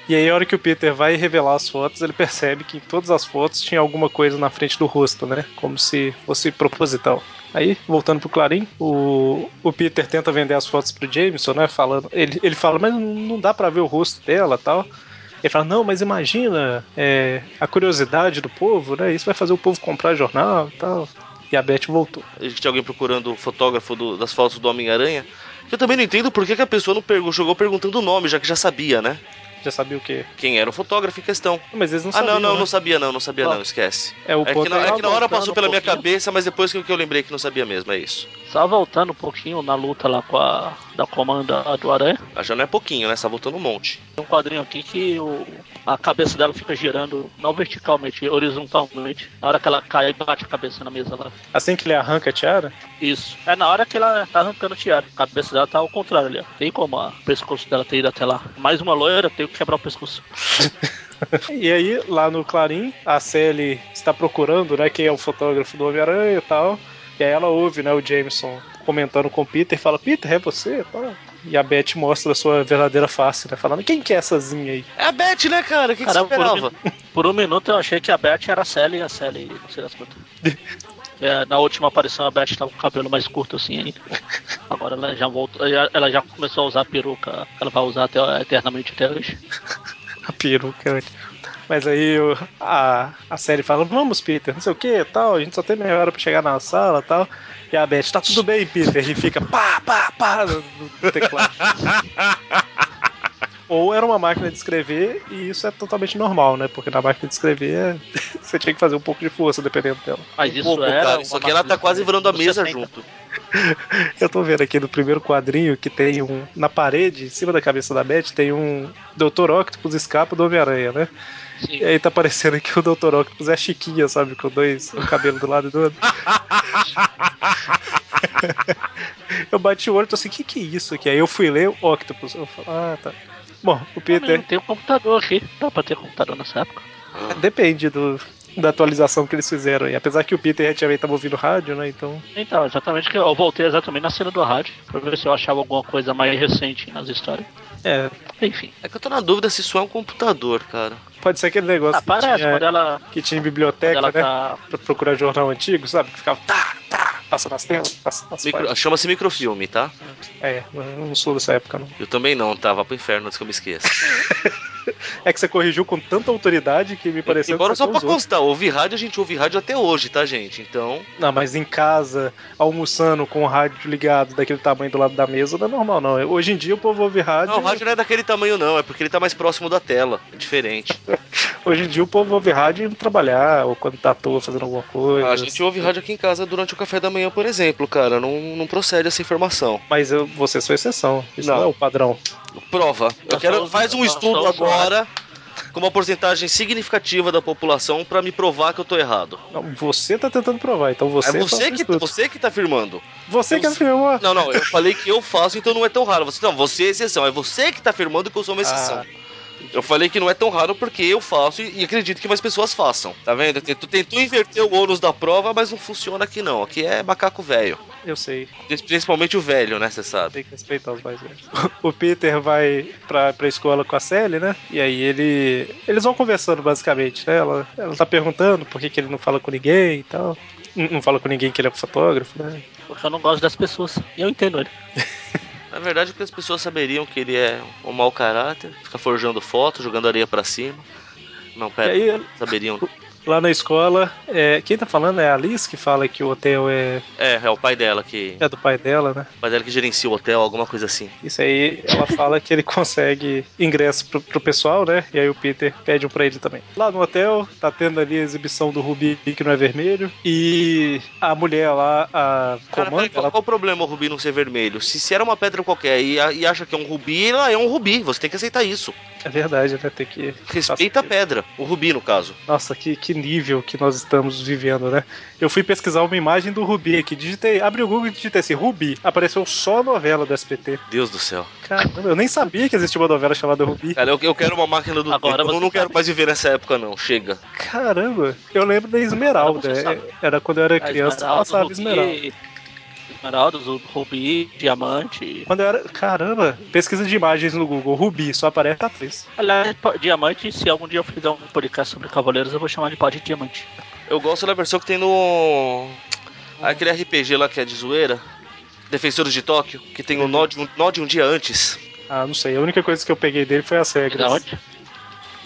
A: E aí, a hora que o Peter vai revelar as fotos, ele percebe que em todas as fotos tinha alguma coisa na frente do rosto, né? Como se fosse proposital. Aí, voltando pro Clarim, o, o Peter tenta vender as fotos pro Jameson, né? Falando, ele, ele fala, mas não dá pra ver o rosto dela tal. Ele fala, não, mas imagina é, a curiosidade do povo, né? Isso vai fazer o povo comprar jornal e tal. E a Beth voltou.
C: Existe alguém procurando o fotógrafo do- das fotos do Homem-Aranha. Eu também não entendo por que, que a pessoa não pergu- jogou perguntando o nome, já que já sabia, né?
A: Já sabia o quê?
C: Quem era o fotógrafo em questão.
A: Mas eles não
C: ah,
A: sabiam.
C: não, não,
A: né?
C: não sabia não, não sabia
A: Ah.
C: não, esquece.
A: É, o
C: É que
A: ponto
C: na, é que na hora passou pela minha
A: pouquinho.
C: cabeça, mas depois que que eu lembrei que não sabia mesmo, é isso.
B: Só voltando um pouquinho na luta lá com a da comanda lá do Aranha.
C: Ah, Já não é pouquinho, né? Tá voltando um monte.
B: Tem um quadrinho aqui que o, a cabeça dela fica girando, não verticalmente, horizontalmente. Na hora que ela cai, bate a cabeça na mesa lá.
A: Assim que ele arranca a tiara,
B: Isso. É na hora que ela tá arrancando o tiara. A cabeça dela tá ao contrário ali. ó. Tem como ó, o pescoço dela ter ido até lá. Mais uma loira, tem que quebrar o pescoço.
A: E aí, lá no Clarim, a Sally está procurando, né, quem é o fotógrafo do Homem-Aranha e tal. E aí ela ouve, né, o Jameson comentando com o Peter e fala, Peter, é você? e tal. E a Beth mostra a sua verdadeira face, né? Falando, quem que é essazinha aí?
C: É a Beth, né, cara? O que, que você
B: Caramba, por um
C: esperava?
B: Por um minuto eu achei que a Beth era a Sally e a Sally, não sei das quantas. É, na última aparição a Beth tava com o cabelo mais curto assim ainda. Agora ela já voltou, já- ela já começou a usar a peruca, ela vai usar até, eternamente até hoje.
A: A peruca. né? Mas aí o- a, a Sally fala, vamos, Peter, não sei o que e tal. A gente só tem meia hora pra chegar na sala e tal. E a Beth, tá tudo bem, Peter? E fica pá, pá, pá no, no teclado. Ou era uma máquina de escrever e isso é totalmente normal, né? Porque na máquina de escrever você tinha que fazer um pouco de força dependendo dela.
B: Mas isso
C: Um Pouco,
B: era.
C: é cara.
B: uma né?
C: Isso aqui ela
B: máquina
C: tá quase
B: de-
C: virando a
B: dos
C: mesa
B: 70.
C: junto.
A: Eu tô vendo aqui no primeiro quadrinho que tem um. Na parede, em cima da cabeça da Beth, tem um Dr. Octopus escapa do Homem-Aranha, né?
B: Sim.
A: E aí tá parecendo que o Dr. Octopus é a Chiquinha, sabe? Com dois, um cabelo do lado e do outro. eu bati o olho e tô assim, o que que é isso aqui? Aí eu fui ler o Octopus. Eu falo, ah, tá. Bom, o
B: Ah, mas
A: Peter,
B: Não tem um computador aqui. Dá pra ter computador nessa época.
A: depende do, da atualização que eles fizeram aí. Apesar que o Peter já tinha tava ouvindo rádio, né? Então,
B: Então, exatamente que eu voltei exatamente na cena do rádio pra ver se eu achava alguma coisa mais recente nas histórias.
A: é,
B: Enfim.
C: É que eu tô na dúvida se isso é um computador, cara.
A: pode ser aquele negócio
B: Ah, parece,
A: que, tinha,
B: quando ela,
A: que tinha em
B: quando
A: biblioteca,
B: ela
A: né?
B: tá.
A: Pra procurar jornal antigo, sabe? Que ficava, tá, tá, passa nas telas, passa nas
C: Micro-
A: páginas.
C: Chama-se microfilme, tá?
A: É, eu não sou dessa época, não.
C: Eu também não, tá? Vá pro inferno antes que eu me esqueça.
A: É que você corrigiu com tanta autoridade que me pareceu
C: Embora
A: que você
C: só
A: não
C: pra
A: usou.
C: constar, ouvir rádio, a gente ouve rádio até hoje, tá, gente? Então,
A: Não, mas em casa, almoçando com o rádio ligado daquele tamanho do lado da mesa, não é normal, não. Hoje em dia o povo ouve rádio.
C: não, o rádio não é daquele tamanho, não, é porque ele tá mais próximo da tela. É diferente.
A: Hoje em dia o povo ouve rádio indo trabalhar, ou quando tá à toa fazendo alguma coisa.
C: Ah, A gente ouve rádio aqui em casa durante o café da manhã, por exemplo, cara. Não, não procede essa informação.
A: Mas eu, vocês são exceção. Isso não.
C: Não.
A: é o padrão.
C: Prova. Eu
B: Nós
C: quero.
B: somos-
C: Faz um
B: nós
C: estudo
B: somos
C: agora com uma porcentagem significativa da população pra me provar que eu tô errado.
A: Não, você tá tentando provar, então você
C: é você
A: faz
C: que,
A: tudo.
C: você que tá afirmando.
A: Você que é afirmou. a-
C: Não, não, eu falei que eu faço, então não é tão raro. Você, não, você é exceção. É você que tá afirmando que eu sou uma exceção.
A: Ah.
C: Eu falei que não é tão raro porque eu faço e e acredito que mais pessoas façam. Tá vendo? Eu tento- tentou inverter o ônus da prova, mas não funciona aqui não. Aqui é macaco velho.
A: Eu sei,
C: Principalmente o velho, né? Você sabe.
A: tem que respeitar os mais velhos. O Peter vai pra, pra escola com a Sally, né? E aí ele. Eles vão conversando basicamente, né? Ela, ela tá perguntando por que, que ele não fala com ninguém e tal. Não não fala com ninguém que ele é fotógrafo, né?
B: Porque eu não gosto das pessoas. E eu entendo ele.
C: Na verdade, porque as pessoas saberiam que ele é um mau caráter, fica forjando foto, jogando areia pra cima. Não, pera,
A: E aí,
C: saberiam.
A: lá na escola, é, quem tá falando é a Alice que fala que o hotel é,
C: É, é o pai dela que.
A: é do pai dela, né?
C: O pai dela que gerencia o hotel, alguma coisa assim.
A: Isso aí, ela fala que ele consegue ingresso pro, pro pessoal, né? E aí o Peter pede um pra ele também. Lá no hotel, tá tendo ali a exibição do Rubi que não é vermelho. E a mulher lá, a
C: Cara,
A: comanda,
C: peraí, qual,
A: ela
C: qual o problema o rubi não ser vermelho? Se, se era uma pedra qualquer e, a- e acha que é um rubi, ela é um rubi. Você tem que aceitar isso.
A: É verdade, né? Tem que.
C: Respeita a pedra. O rubi, no caso.
A: Nossa, que, que nível que nós estamos vivendo, né? Eu fui pesquisar uma imagem do Rubi aqui. Digitei, abri o Google e digitei assim: Rubi. Apareceu só a novela do SPT.
C: Deus do céu.
A: Caramba, eu nem sabia que existia uma novela chamada Rubi.
C: Cara, eu, eu quero uma máquina do
B: Agora
C: tempo. Eu
B: você
C: não quero
B: sabe.
C: mais viver nessa época, não. Chega.
A: Caramba, eu lembro da Esmeralda.
B: Agora você sabe.
A: é- Era quando eu era
B: A
A: criança, eu passava
B: Rubi-
A: Esmeralda.
B: esmeraldas, o rubi, diamante.
A: Quando eu era. Caramba, pesquisa de imagens no Google, Rubi, só aparece atriz.
B: Aliás, pa- diamante, se algum dia eu fizer um podcast sobre cavaleiros, eu vou chamar de pá de diamante.
C: Eu gosto da versão que tem no. Aquele RPG lá que é de zoeira. Defensores de Tóquio, que tem o nó de um, nó de um dia antes.
A: Ah, não sei. A única coisa que eu peguei dele foi as regras.
B: Da onde?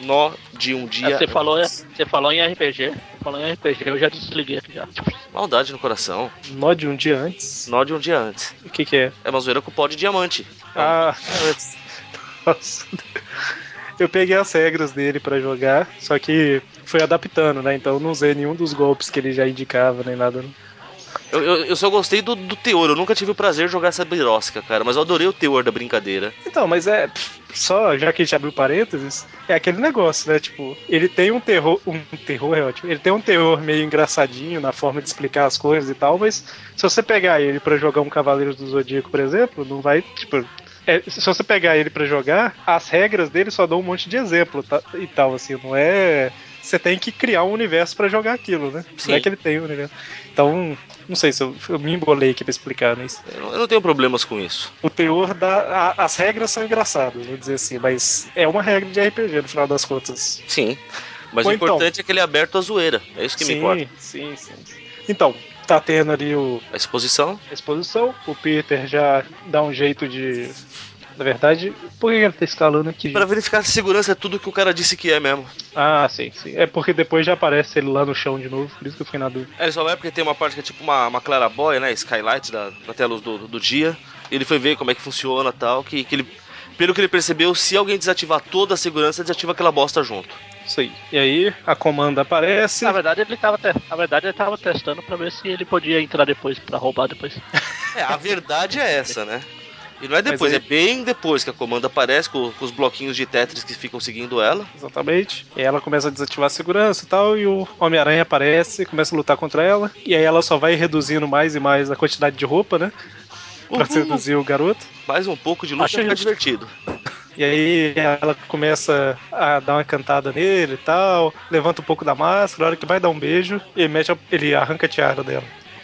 C: Nó de um dia.
B: É, você, falou,
C: antes.
B: você falou em RPG. Você falou em RPG, eu já desliguei aqui já.
C: Maldade no coração.
A: Nó de um dia antes?
C: Nó de um dia antes.
A: O que que é?
C: É uma zoeira com pó de diamante.
A: Ah, antes. Nossa. Eu peguei as regras dele pra jogar, só que foi adaptando, né? Então eu não usei nenhum dos golpes que ele já indicava, nem nada. não.
C: Eu, eu- eu só gostei do, do teor, eu nunca tive o prazer de jogar essa birosca, cara, mas eu adorei o teor da brincadeira.
A: Então, mas é. pff, Só, já que a gente abriu parênteses, é aquele negócio, né? Tipo, ele tem um terror. Um terror é ótimo. Ele tem um terror meio engraçadinho na forma de explicar as coisas e tal, mas se você pegar ele pra jogar um Cavaleiro do Zodíaco, por exemplo, não vai. Tipo. é, se você pegar ele pra jogar, as regras dele só dão um monte de exemplo tá- e tal, assim, não é. Você tem que criar um universo pra jogar aquilo, né? Não é
C: Sim.
A: que ele tem um universo. Então, não sei se eu, eu me embolei aqui pra explicar, né? Isso.
C: Eu não, eu não tenho problemas com isso.
A: O teor da. a- as regras são engraçadas, vou dizer assim, mas é uma regra de RPG no final das contas.
C: Sim. Mas
A: Ou
C: o
A: então-
C: importante é que ele é aberto à zoeira. É isso que me importa.
A: sim, sim. Então, tá tendo ali o,
C: A exposição.
A: a exposição, o Peter já dá um jeito de. Na verdade, por que ele tá escalando aqui?
C: Pra verificar se segurança é tudo que o cara disse que é mesmo.
A: Ah, sim, sim. É porque depois já aparece ele lá no chão de novo, por isso que eu fiquei na dúvida.
C: É, Ele só vai porque tem uma parte que é tipo uma, uma clarabóia, né? Skylight da, da tela do, do dia. Ele foi ver como é que funciona e tal. Que, que ele, pelo que ele percebeu, se alguém desativar toda a segurança, desativa aquela bosta junto.
A: Isso aí. E aí, a comanda aparece.
C: Ah,
B: Na verdade, ele tava, te- na verdade, ele tava testando pra ver se ele podia entrar depois, pra roubar depois.
C: É, a verdade é essa, né? E não é depois,
A: aí-
C: é bem depois que a comanda aparece com, com os bloquinhos de Tetris que ficam seguindo ela.
A: Exatamente. E aí ela começa a desativar a segurança e tal, e o Homem-Aranha aparece, começa a lutar contra ela, e aí ela só vai reduzindo mais e mais a quantidade de roupa, né? Pra
C: Uhul.
A: seduzir o garoto.
C: Mais um pouco de luta
B: Achei
C: fica
B: justo.
C: divertido.
A: E aí ela começa a dar uma cantada nele e tal, levanta um pouco da máscara, na hora que vai dar um beijo, ele, mete a- ele arranca a tiara dela.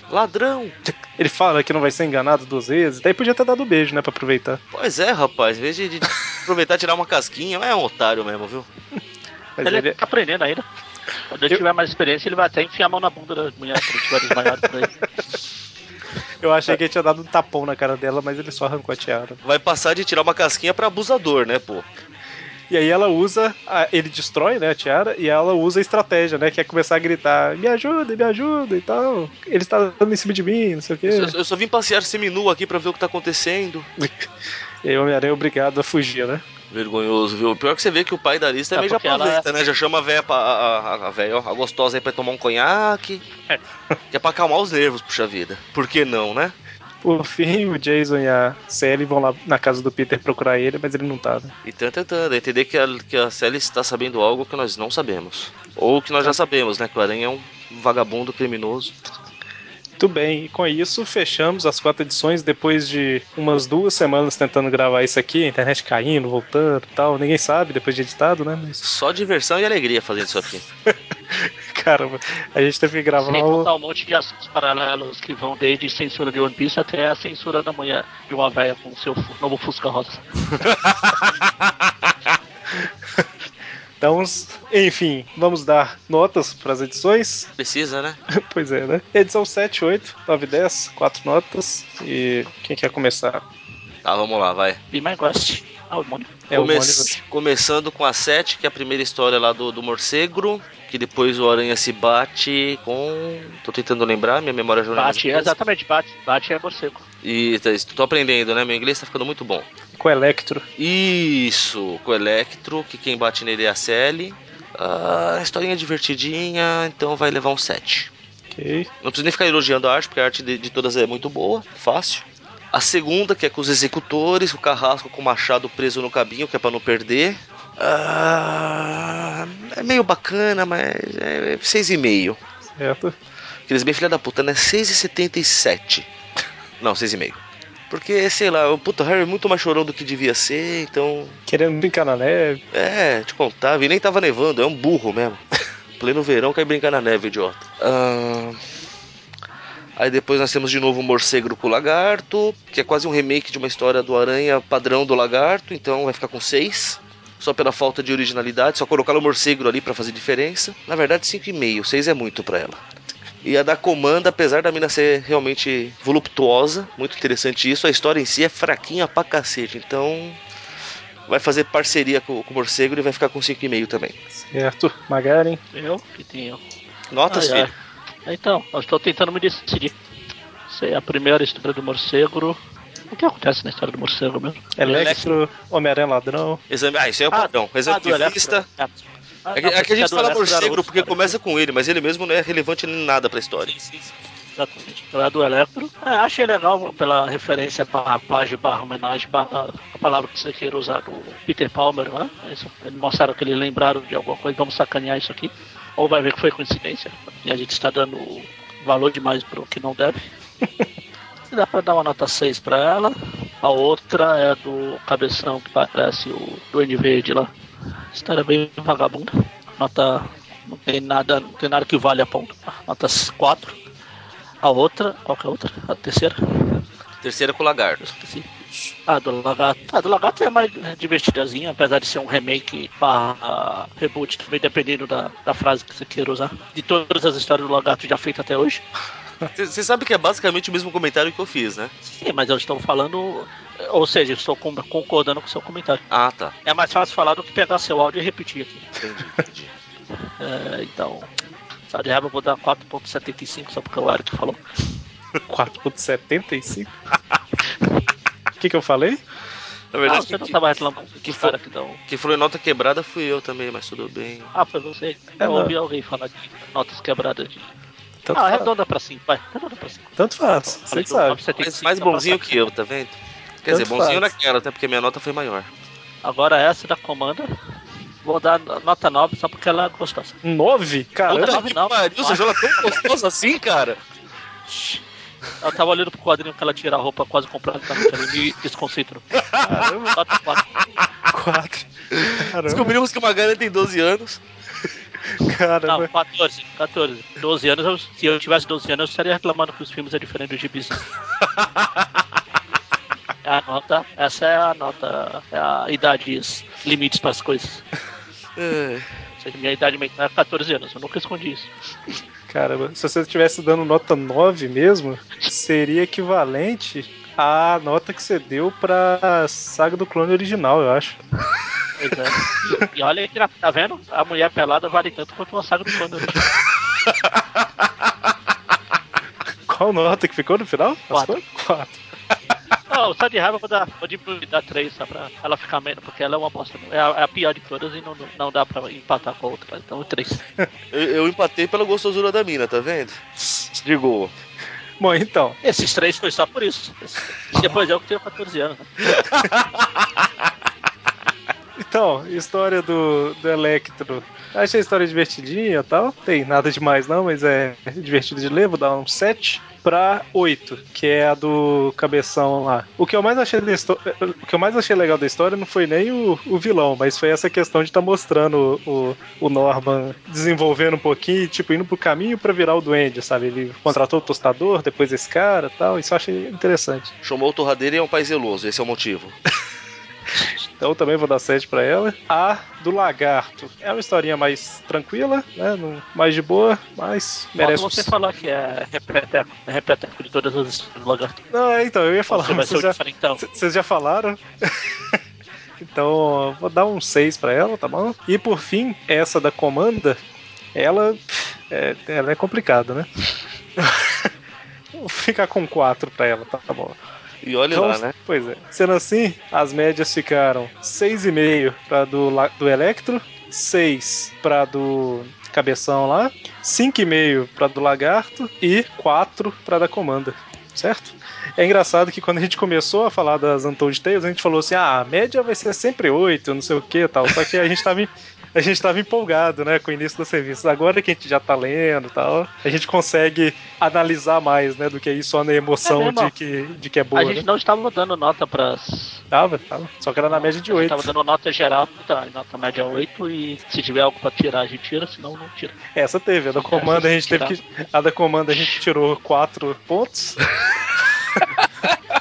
C: Ladrão!
A: Ele fala que não vai ser enganado duas vezes, daí podia ter dado um beijo, né, pra aproveitar.
C: Pois é, rapaz, em vez de, de aproveitar e tirar uma casquinha, é um otário mesmo, viu?
A: Mas
B: ele,
C: é
A: ele-
B: tá aprendendo ainda. Quando ele
A: Eu-
B: tiver mais experiência, ele vai até enfiar a mão na bunda da mulher quando ele tiver desmaiado por aí.
A: eu achei que ele tinha dado um tapão na cara dela, mas ele só arrancou a tiara.
C: Vai passar de tirar uma casquinha pra abusador, né, pô?
A: E aí ela usa, a- ele destrói, né, a tiara, e ela usa a estratégia, né, que é começar a gritar, me ajuda, me ajuda e tal, ele está dando em cima de mim, não sei o quê.
C: Eu, eu só vim passear seminu aqui pra ver o que tá acontecendo.
A: E aí o Homem-Aranha é obrigado a fugir, né.
C: Vergonhoso, viu? Pior que você vê que o pai da lista é,
B: É,
C: meio já
B: porque ela-
C: aproveita, né? Já chama a véia, pra, a, a- a véia, ó, a gostosa aí pra tomar um conhaque. Que é pra acalmar os nervos, puxa vida. Por que não, né?
A: Por fim, o Jason e a Sally vão lá na casa do Peter procurar ele, mas ele não tá, né.
C: E tan, tan, tan, dá a entender que a, que a Sally está sabendo algo que nós não sabemos. Ou que nós já sabemos, né? Que o Aranha é um vagabundo criminoso.
A: Muito bem, e com isso fechamos as quatro edições depois de umas duas semanas tentando gravar isso aqui, a internet caindo, voltando e tal, ninguém sabe depois de editado, né, mas
C: Só diversão e alegria fazendo isso aqui.
A: caramba, a gente teve que gravar
B: Sem
A: o...
B: contar um monte de assuntos paralelos que vão desde censura de One Piece até a censura da mulher de uma véia com seu fu- novo Fusca Rosa.
A: Então, enfim, vamos dar notas para as edições.
C: Precisa, né?
A: pois é, né? Edição 7, 8, 9, 10, 4 notas. E quem quer começar?
C: Tá, vamos lá, vai.
B: Be My Guest. Ah, o demônio.
C: Come-
A: É Mônio.
C: Começando com a 7, que é a primeira história lá do, do morcego. Que depois o Aranha se bate com. Tô tentando lembrar, minha memória já não é mais
B: Bate,
C: boa.
B: exatamente, bate. Bate é morcego.
C: E tá, isso, tô aprendendo, né? Meu inglês tá ficando muito bom.
A: Com Electro.
C: Isso, com o Electro, que quem bate nele é a Sally. Ah, historinha divertidinha, então vai levar um 7.
A: Ok.
C: Não preciso nem ficar elogiando a arte, porque a arte de, de todas é muito boa, fácil. A segunda, que é com os executores, o carrasco com o machado preso no cabinho, que é pra não perder. Ah, é meio bacana, mas é 6,5.
A: Certo.
C: Aqueles bem filha da puta, né? 6,77. Não, 6,5. Porque, sei lá, o puto Harry é muito mais chorão do que devia ser, então.
A: Querendo brincar na neve.
C: É, te contava, e nem tava nevando, é um burro mesmo. Pleno verão, quer brincar na neve, idiota. Ah, Aí depois nós temos de novo o Morcego com o Lagarto, que é quase um remake de uma história do Aranha padrão do Lagarto, então vai ficar com seis só pela falta de originalidade, só colocar o morcego ali para fazer diferença. Na verdade, 5,5, 6 é muito para ela. E a da Comanda, apesar da mina ser realmente voluptuosa, muito interessante isso, a história em si é fraquinha pra cacete, então vai fazer parceria com, com o morcego e vai ficar com 5,5 também.
A: Certo. Magaren?
B: Eu que tenho.
C: Notas,
B: Ai, ai.
C: filho?
B: Então, eu estou tentando me decidir. Se é a primeira história do morcego. O que acontece na história do morcego mesmo?
A: Electro, Homem-Aranha Ladrão.
C: Exame... Ah, isso aí é o
B: Ah,
C: padrão. Exame
B: do
C: de
B: Electro.
C: vista.
B: Ah, ah,
C: É que, é que a gente
B: do
C: fala
B: Electro era
C: morcego
B: outro,
C: porque
B: cara.
C: começa com ele, mas ele mesmo não é relevante em nada pra história.
B: Exatamente, era do Electro. É, achei legal pela referência para a página barra homenagem, barra a palavra que você queira usar do Peter Palmer lá. Eles eles mostraram que eles lembraram de alguma coisa, vamos sacanear isso aqui. Ou vai ver que foi coincidência. E a gente está dando valor demais pro que não deve. Dá pra dar uma nota 6 pra ela. A outra é a do cabeção que parece o Duende Verde lá. História bem vagabunda. Nota. Não tem nada, não tem nada que vale a ponto. Nota 4. A outra, qual que é a outra? A terceira?
C: Terceira com o Lagarto.
B: Eu esqueci. Ah, do Lagarto. Ah, do Lagarto é mais divertidazinha, apesar de ser um remake barra reboot, também dependendo da, da frase que você queira usar. De todas as histórias do Lagarto já feitas até hoje.
C: Você sabe que é basicamente o mesmo comentário que eu fiz, né?
B: Sim, mas eu estou falando, ou seja, eu estou com- concordando com o seu comentário.
C: Ah, tá.
B: É mais fácil falar do que pegar seu áudio e repetir aqui.
C: Entendi, entendi.
B: É, então, só de raiva eu vou dar 4.75 só porque é o Eric falou.
A: 4.75? O que, que eu falei?
C: Na
B: Ah,
C: verdade,
B: você não
C: que-
B: estava reclamando que
C: foi-
B: cara que dá um...
C: Quem falou em nota quebrada fui eu também, mas tudo bem.
B: Ah, foi você.
A: É,
B: Eu
A: não.
B: ouvi alguém falar de notas quebradas de...
A: Tanto
B: ah,
A: faz.
B: redonda pra 5, vai. Redonda pra 5.
A: Tanto faz, você que sabe.
C: Mas mais bonzinho que eu, tá vendo? Quer dizer,
A: Tanto
C: bonzinho
A: faz.
C: naquela, até porque minha nota foi maior.
B: Agora essa da comanda. Vou dar nota 9 só porque ela é gostosa.
A: 9?
B: Puta,
A: Caramba!
B: nove não.
C: pariu, você joga tão gostoso assim, cara?
B: Ela tava olhando pro quadrinho que ela tira a roupa quase completamente ali, me desconcentrou.
A: Caramba!
B: Nota 4.
A: 4. Caramba!
C: Descobrimos que o Magana tem 12 anos.
B: Não,
A: Caramba!
B: 14, 14. 12 anos, eu- se eu tivesse 12 anos, eu estaria reclamando que os filmes é diferente dos gibis. É A nota, essa é a nota, é a idade, os limites para as coisas.
C: É.
B: Ou seja, minha idade mental é 14 anos, eu nunca escondi isso.
A: Caramba! Se você estivesse dando nota 9 mesmo, seria equivalente à nota que você deu pra saga do clone original, eu acho.
B: Pois é. E, e olha que, na- tá vendo? A mulher pelada vale tanto quanto uma saga do Condor.
A: Qual nota que ficou no final?
B: Quatro.
A: 4.
B: Não, só de raiva eu vou dar, vou diminuir, dar 3 só pra ela ficar menos, porque ela é uma bosta. É a, é a pior de todas e não, não, não dá pra empatar com a outra. Então, 3.
C: Eu, eu empatei pela gostosura da mina, tá vendo? Digo.
A: Bom, então,
B: Esses três foi só por isso. E depois eu que tenho 14 anos. né?
A: Então, história do, do Electro. Achei a história divertidinha e tal. Tem nada demais não, mas é divertido de ler. Vou dar um 7 pra 8, que é a do cabeção lá. O que eu mais achei, da histó- o que eu mais achei legal da história não foi nem o, o vilão, mas foi essa questão de estar mostrando o, o, o Norman desenvolvendo um pouquinho, tipo, indo pro caminho pra virar o Duende, sabe? Ele contratou o tostador, depois esse cara e tal. Isso eu achei interessante.
C: Chamou o torradeiro e é um pai zeloso, esse é o motivo.
A: Então eu também vou dar 7 pra ela. A do Lagarto. É uma historinha mais tranquila, né? Não- Mais de boa, mas merece.
B: Falta você
A: um-
B: falar que é repeteco, é repeteco de todas as histórias do lagarto.
A: Não, é, então, eu ia falar,
B: você vai
A: mas
B: ser o
A: vocês já,
B: diferentão.
A: c- vocês já falaram. então, eu vou dar um 6 pra ela, tá bom? E por fim, essa da comanda, ela é, ela é complicada, né? vou ficar com 4 pra ela, tá bom?
C: E olha
A: Então,
C: lá, né?
A: Pois é. Sendo assim, as médias ficaram 6,5 pra do, La- do Electro, 6 pra do Cabeção lá, 5,5 pra do Lagarto e 4 pra da Comanda. Certo? É engraçado que quando a gente começou a falar das Untold Tales, a gente falou assim: ah, a média vai ser sempre 8, não sei o que tal. Só que a gente tava. em- a gente estava empolgado, né, com o início das revistas. Agora que a gente já tá lendo e tal, a gente consegue analisar mais, né, do que ir só na emoção
B: É mesmo.
A: de, que, de que é boa,
B: A
A: né?
B: gente não estava dando nota pras.
A: Tava, tava. Só que era na média de
B: a gente
A: 8.
B: Tava dando nota geral, tá, nota média 8 e se tiver algo pra tirar, a gente tira, senão não tira.
A: Essa teve, a da comanda a gente teve que. A da comanda a gente tirou 4 pontos.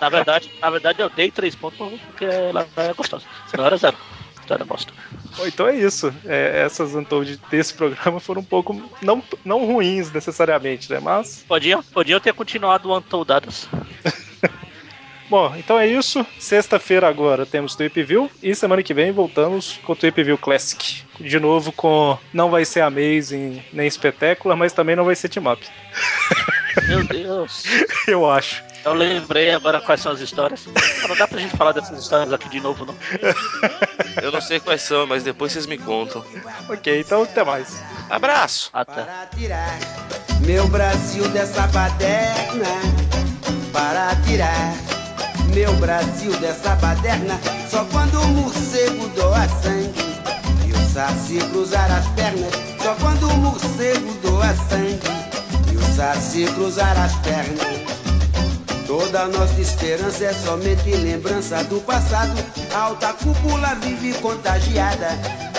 B: Na verdade, na verdade eu dei 3 pontos porque ela é gostosa. Senão era zero. Então era bosta.
A: Bom, então é isso. É, essas Untold desse programa foram um pouco. Não, não ruins necessariamente, né? Mas.
B: Podia, podia eu ter continuado o Antoldadas.
A: Bom, então é isso. Sexta-feira agora temos Tweep View e semana que vem voltamos com o Tweep View Classic. De novo com. Não vai ser Amazing nem espetáculo, mas também não vai ser Team Up.
B: Meu Deus.
A: Eu acho.
B: Eu lembrei agora quais são as histórias. Não dá pra gente falar dessas histórias aqui de novo, não.
C: Eu não sei quais são, mas depois vocês me contam.
A: Ok, então até mais.
C: Abraço!
B: Ah, tá.
G: Para tirar meu Brasil dessa baderna. Para tirar meu Brasil dessa baderna. Só quando o morcego doa sangue e o saci cruzar as pernas. Só quando o morcego doa sangue e o saci cruzar as pernas. Toda nossa esperança é somente lembrança do passado. A alta cúpula vive contagiada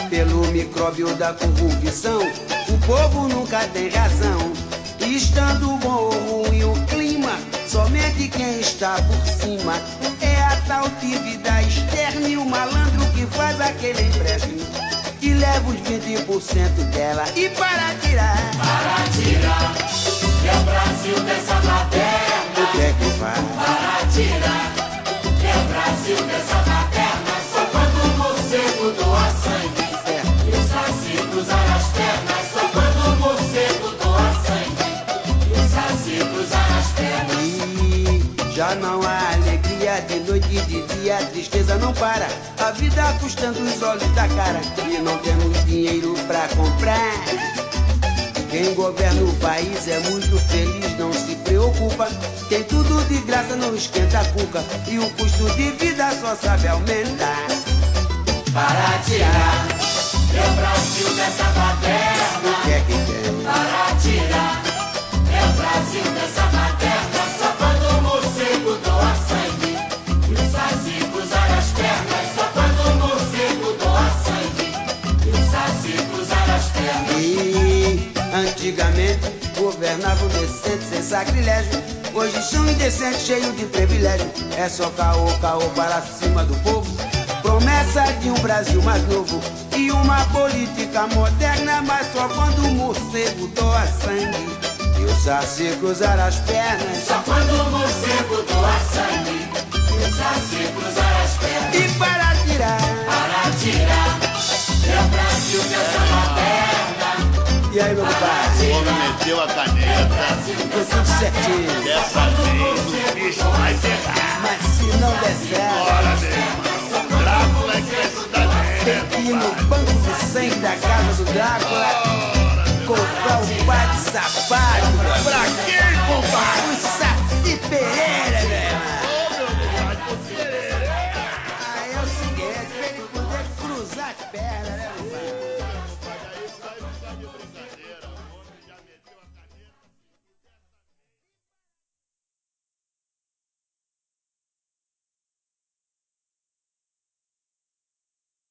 G: pelo micróbio da corrupção. O povo nunca tem razão. E Estando bom ou ruim o clima, somente quem está por cima é a tal dívida externa e o malandro que faz aquele empréstimo que leva os 20% dela. E para tirar. o que é que faz? Para tirar meu Brasil dessa materna. Só quando o morcego doa sangue. Certo. E o saci cruzar as pernas. Só quando o morcego doa sangue. E o saci cruzar as pernas. Só quando o morcego doa sangue. Já não há alegria de noite e de dia, a tristeza não para. A vida custando os olhos da cara. E não temos dinheiro pra comprar. Quem governa o país é muito feliz, não se preocupa. Tem tudo de graça, não esquenta a cuca. E o custo de vida só sabe aumentar. Para tirar meu Brasil dessa baderna. O que é que tem? Para tirar meu Brasil dessa baderna. Só quando o morcego doa sangue. E o saci cruzar as pernas. Só quando o morcego doa sangue. E o saci cruzar as pernas. E antigamente governava o decente sem sacrilégio. Hoje são indecentes, cheios de privilégio. É só caô, caô para cima do povo. Promessa de um Brasil mais novo e uma política moderna, mas só quando o morcego doa sangue. E o saci cruzar as pernas. Só quando o morcego doa sangue. E o saci cruzar as pernas. E para tirar. Para tirar. É o Brasil dessa e aí, meu
H: O
G: compadre?
H: homem meteu a caneta.
G: Tô tudo certinho.
H: Dessa vez o bicho vai pegar.
G: Mas se não der certo,
H: Bora, meu irmão. O Drácula é que vai estudar
G: tem que ir no banco de sangue da casa do Drácula comprar um par de sapato.
H: Pra quem, compadre?
G: O Saci Pereira Ah, é né,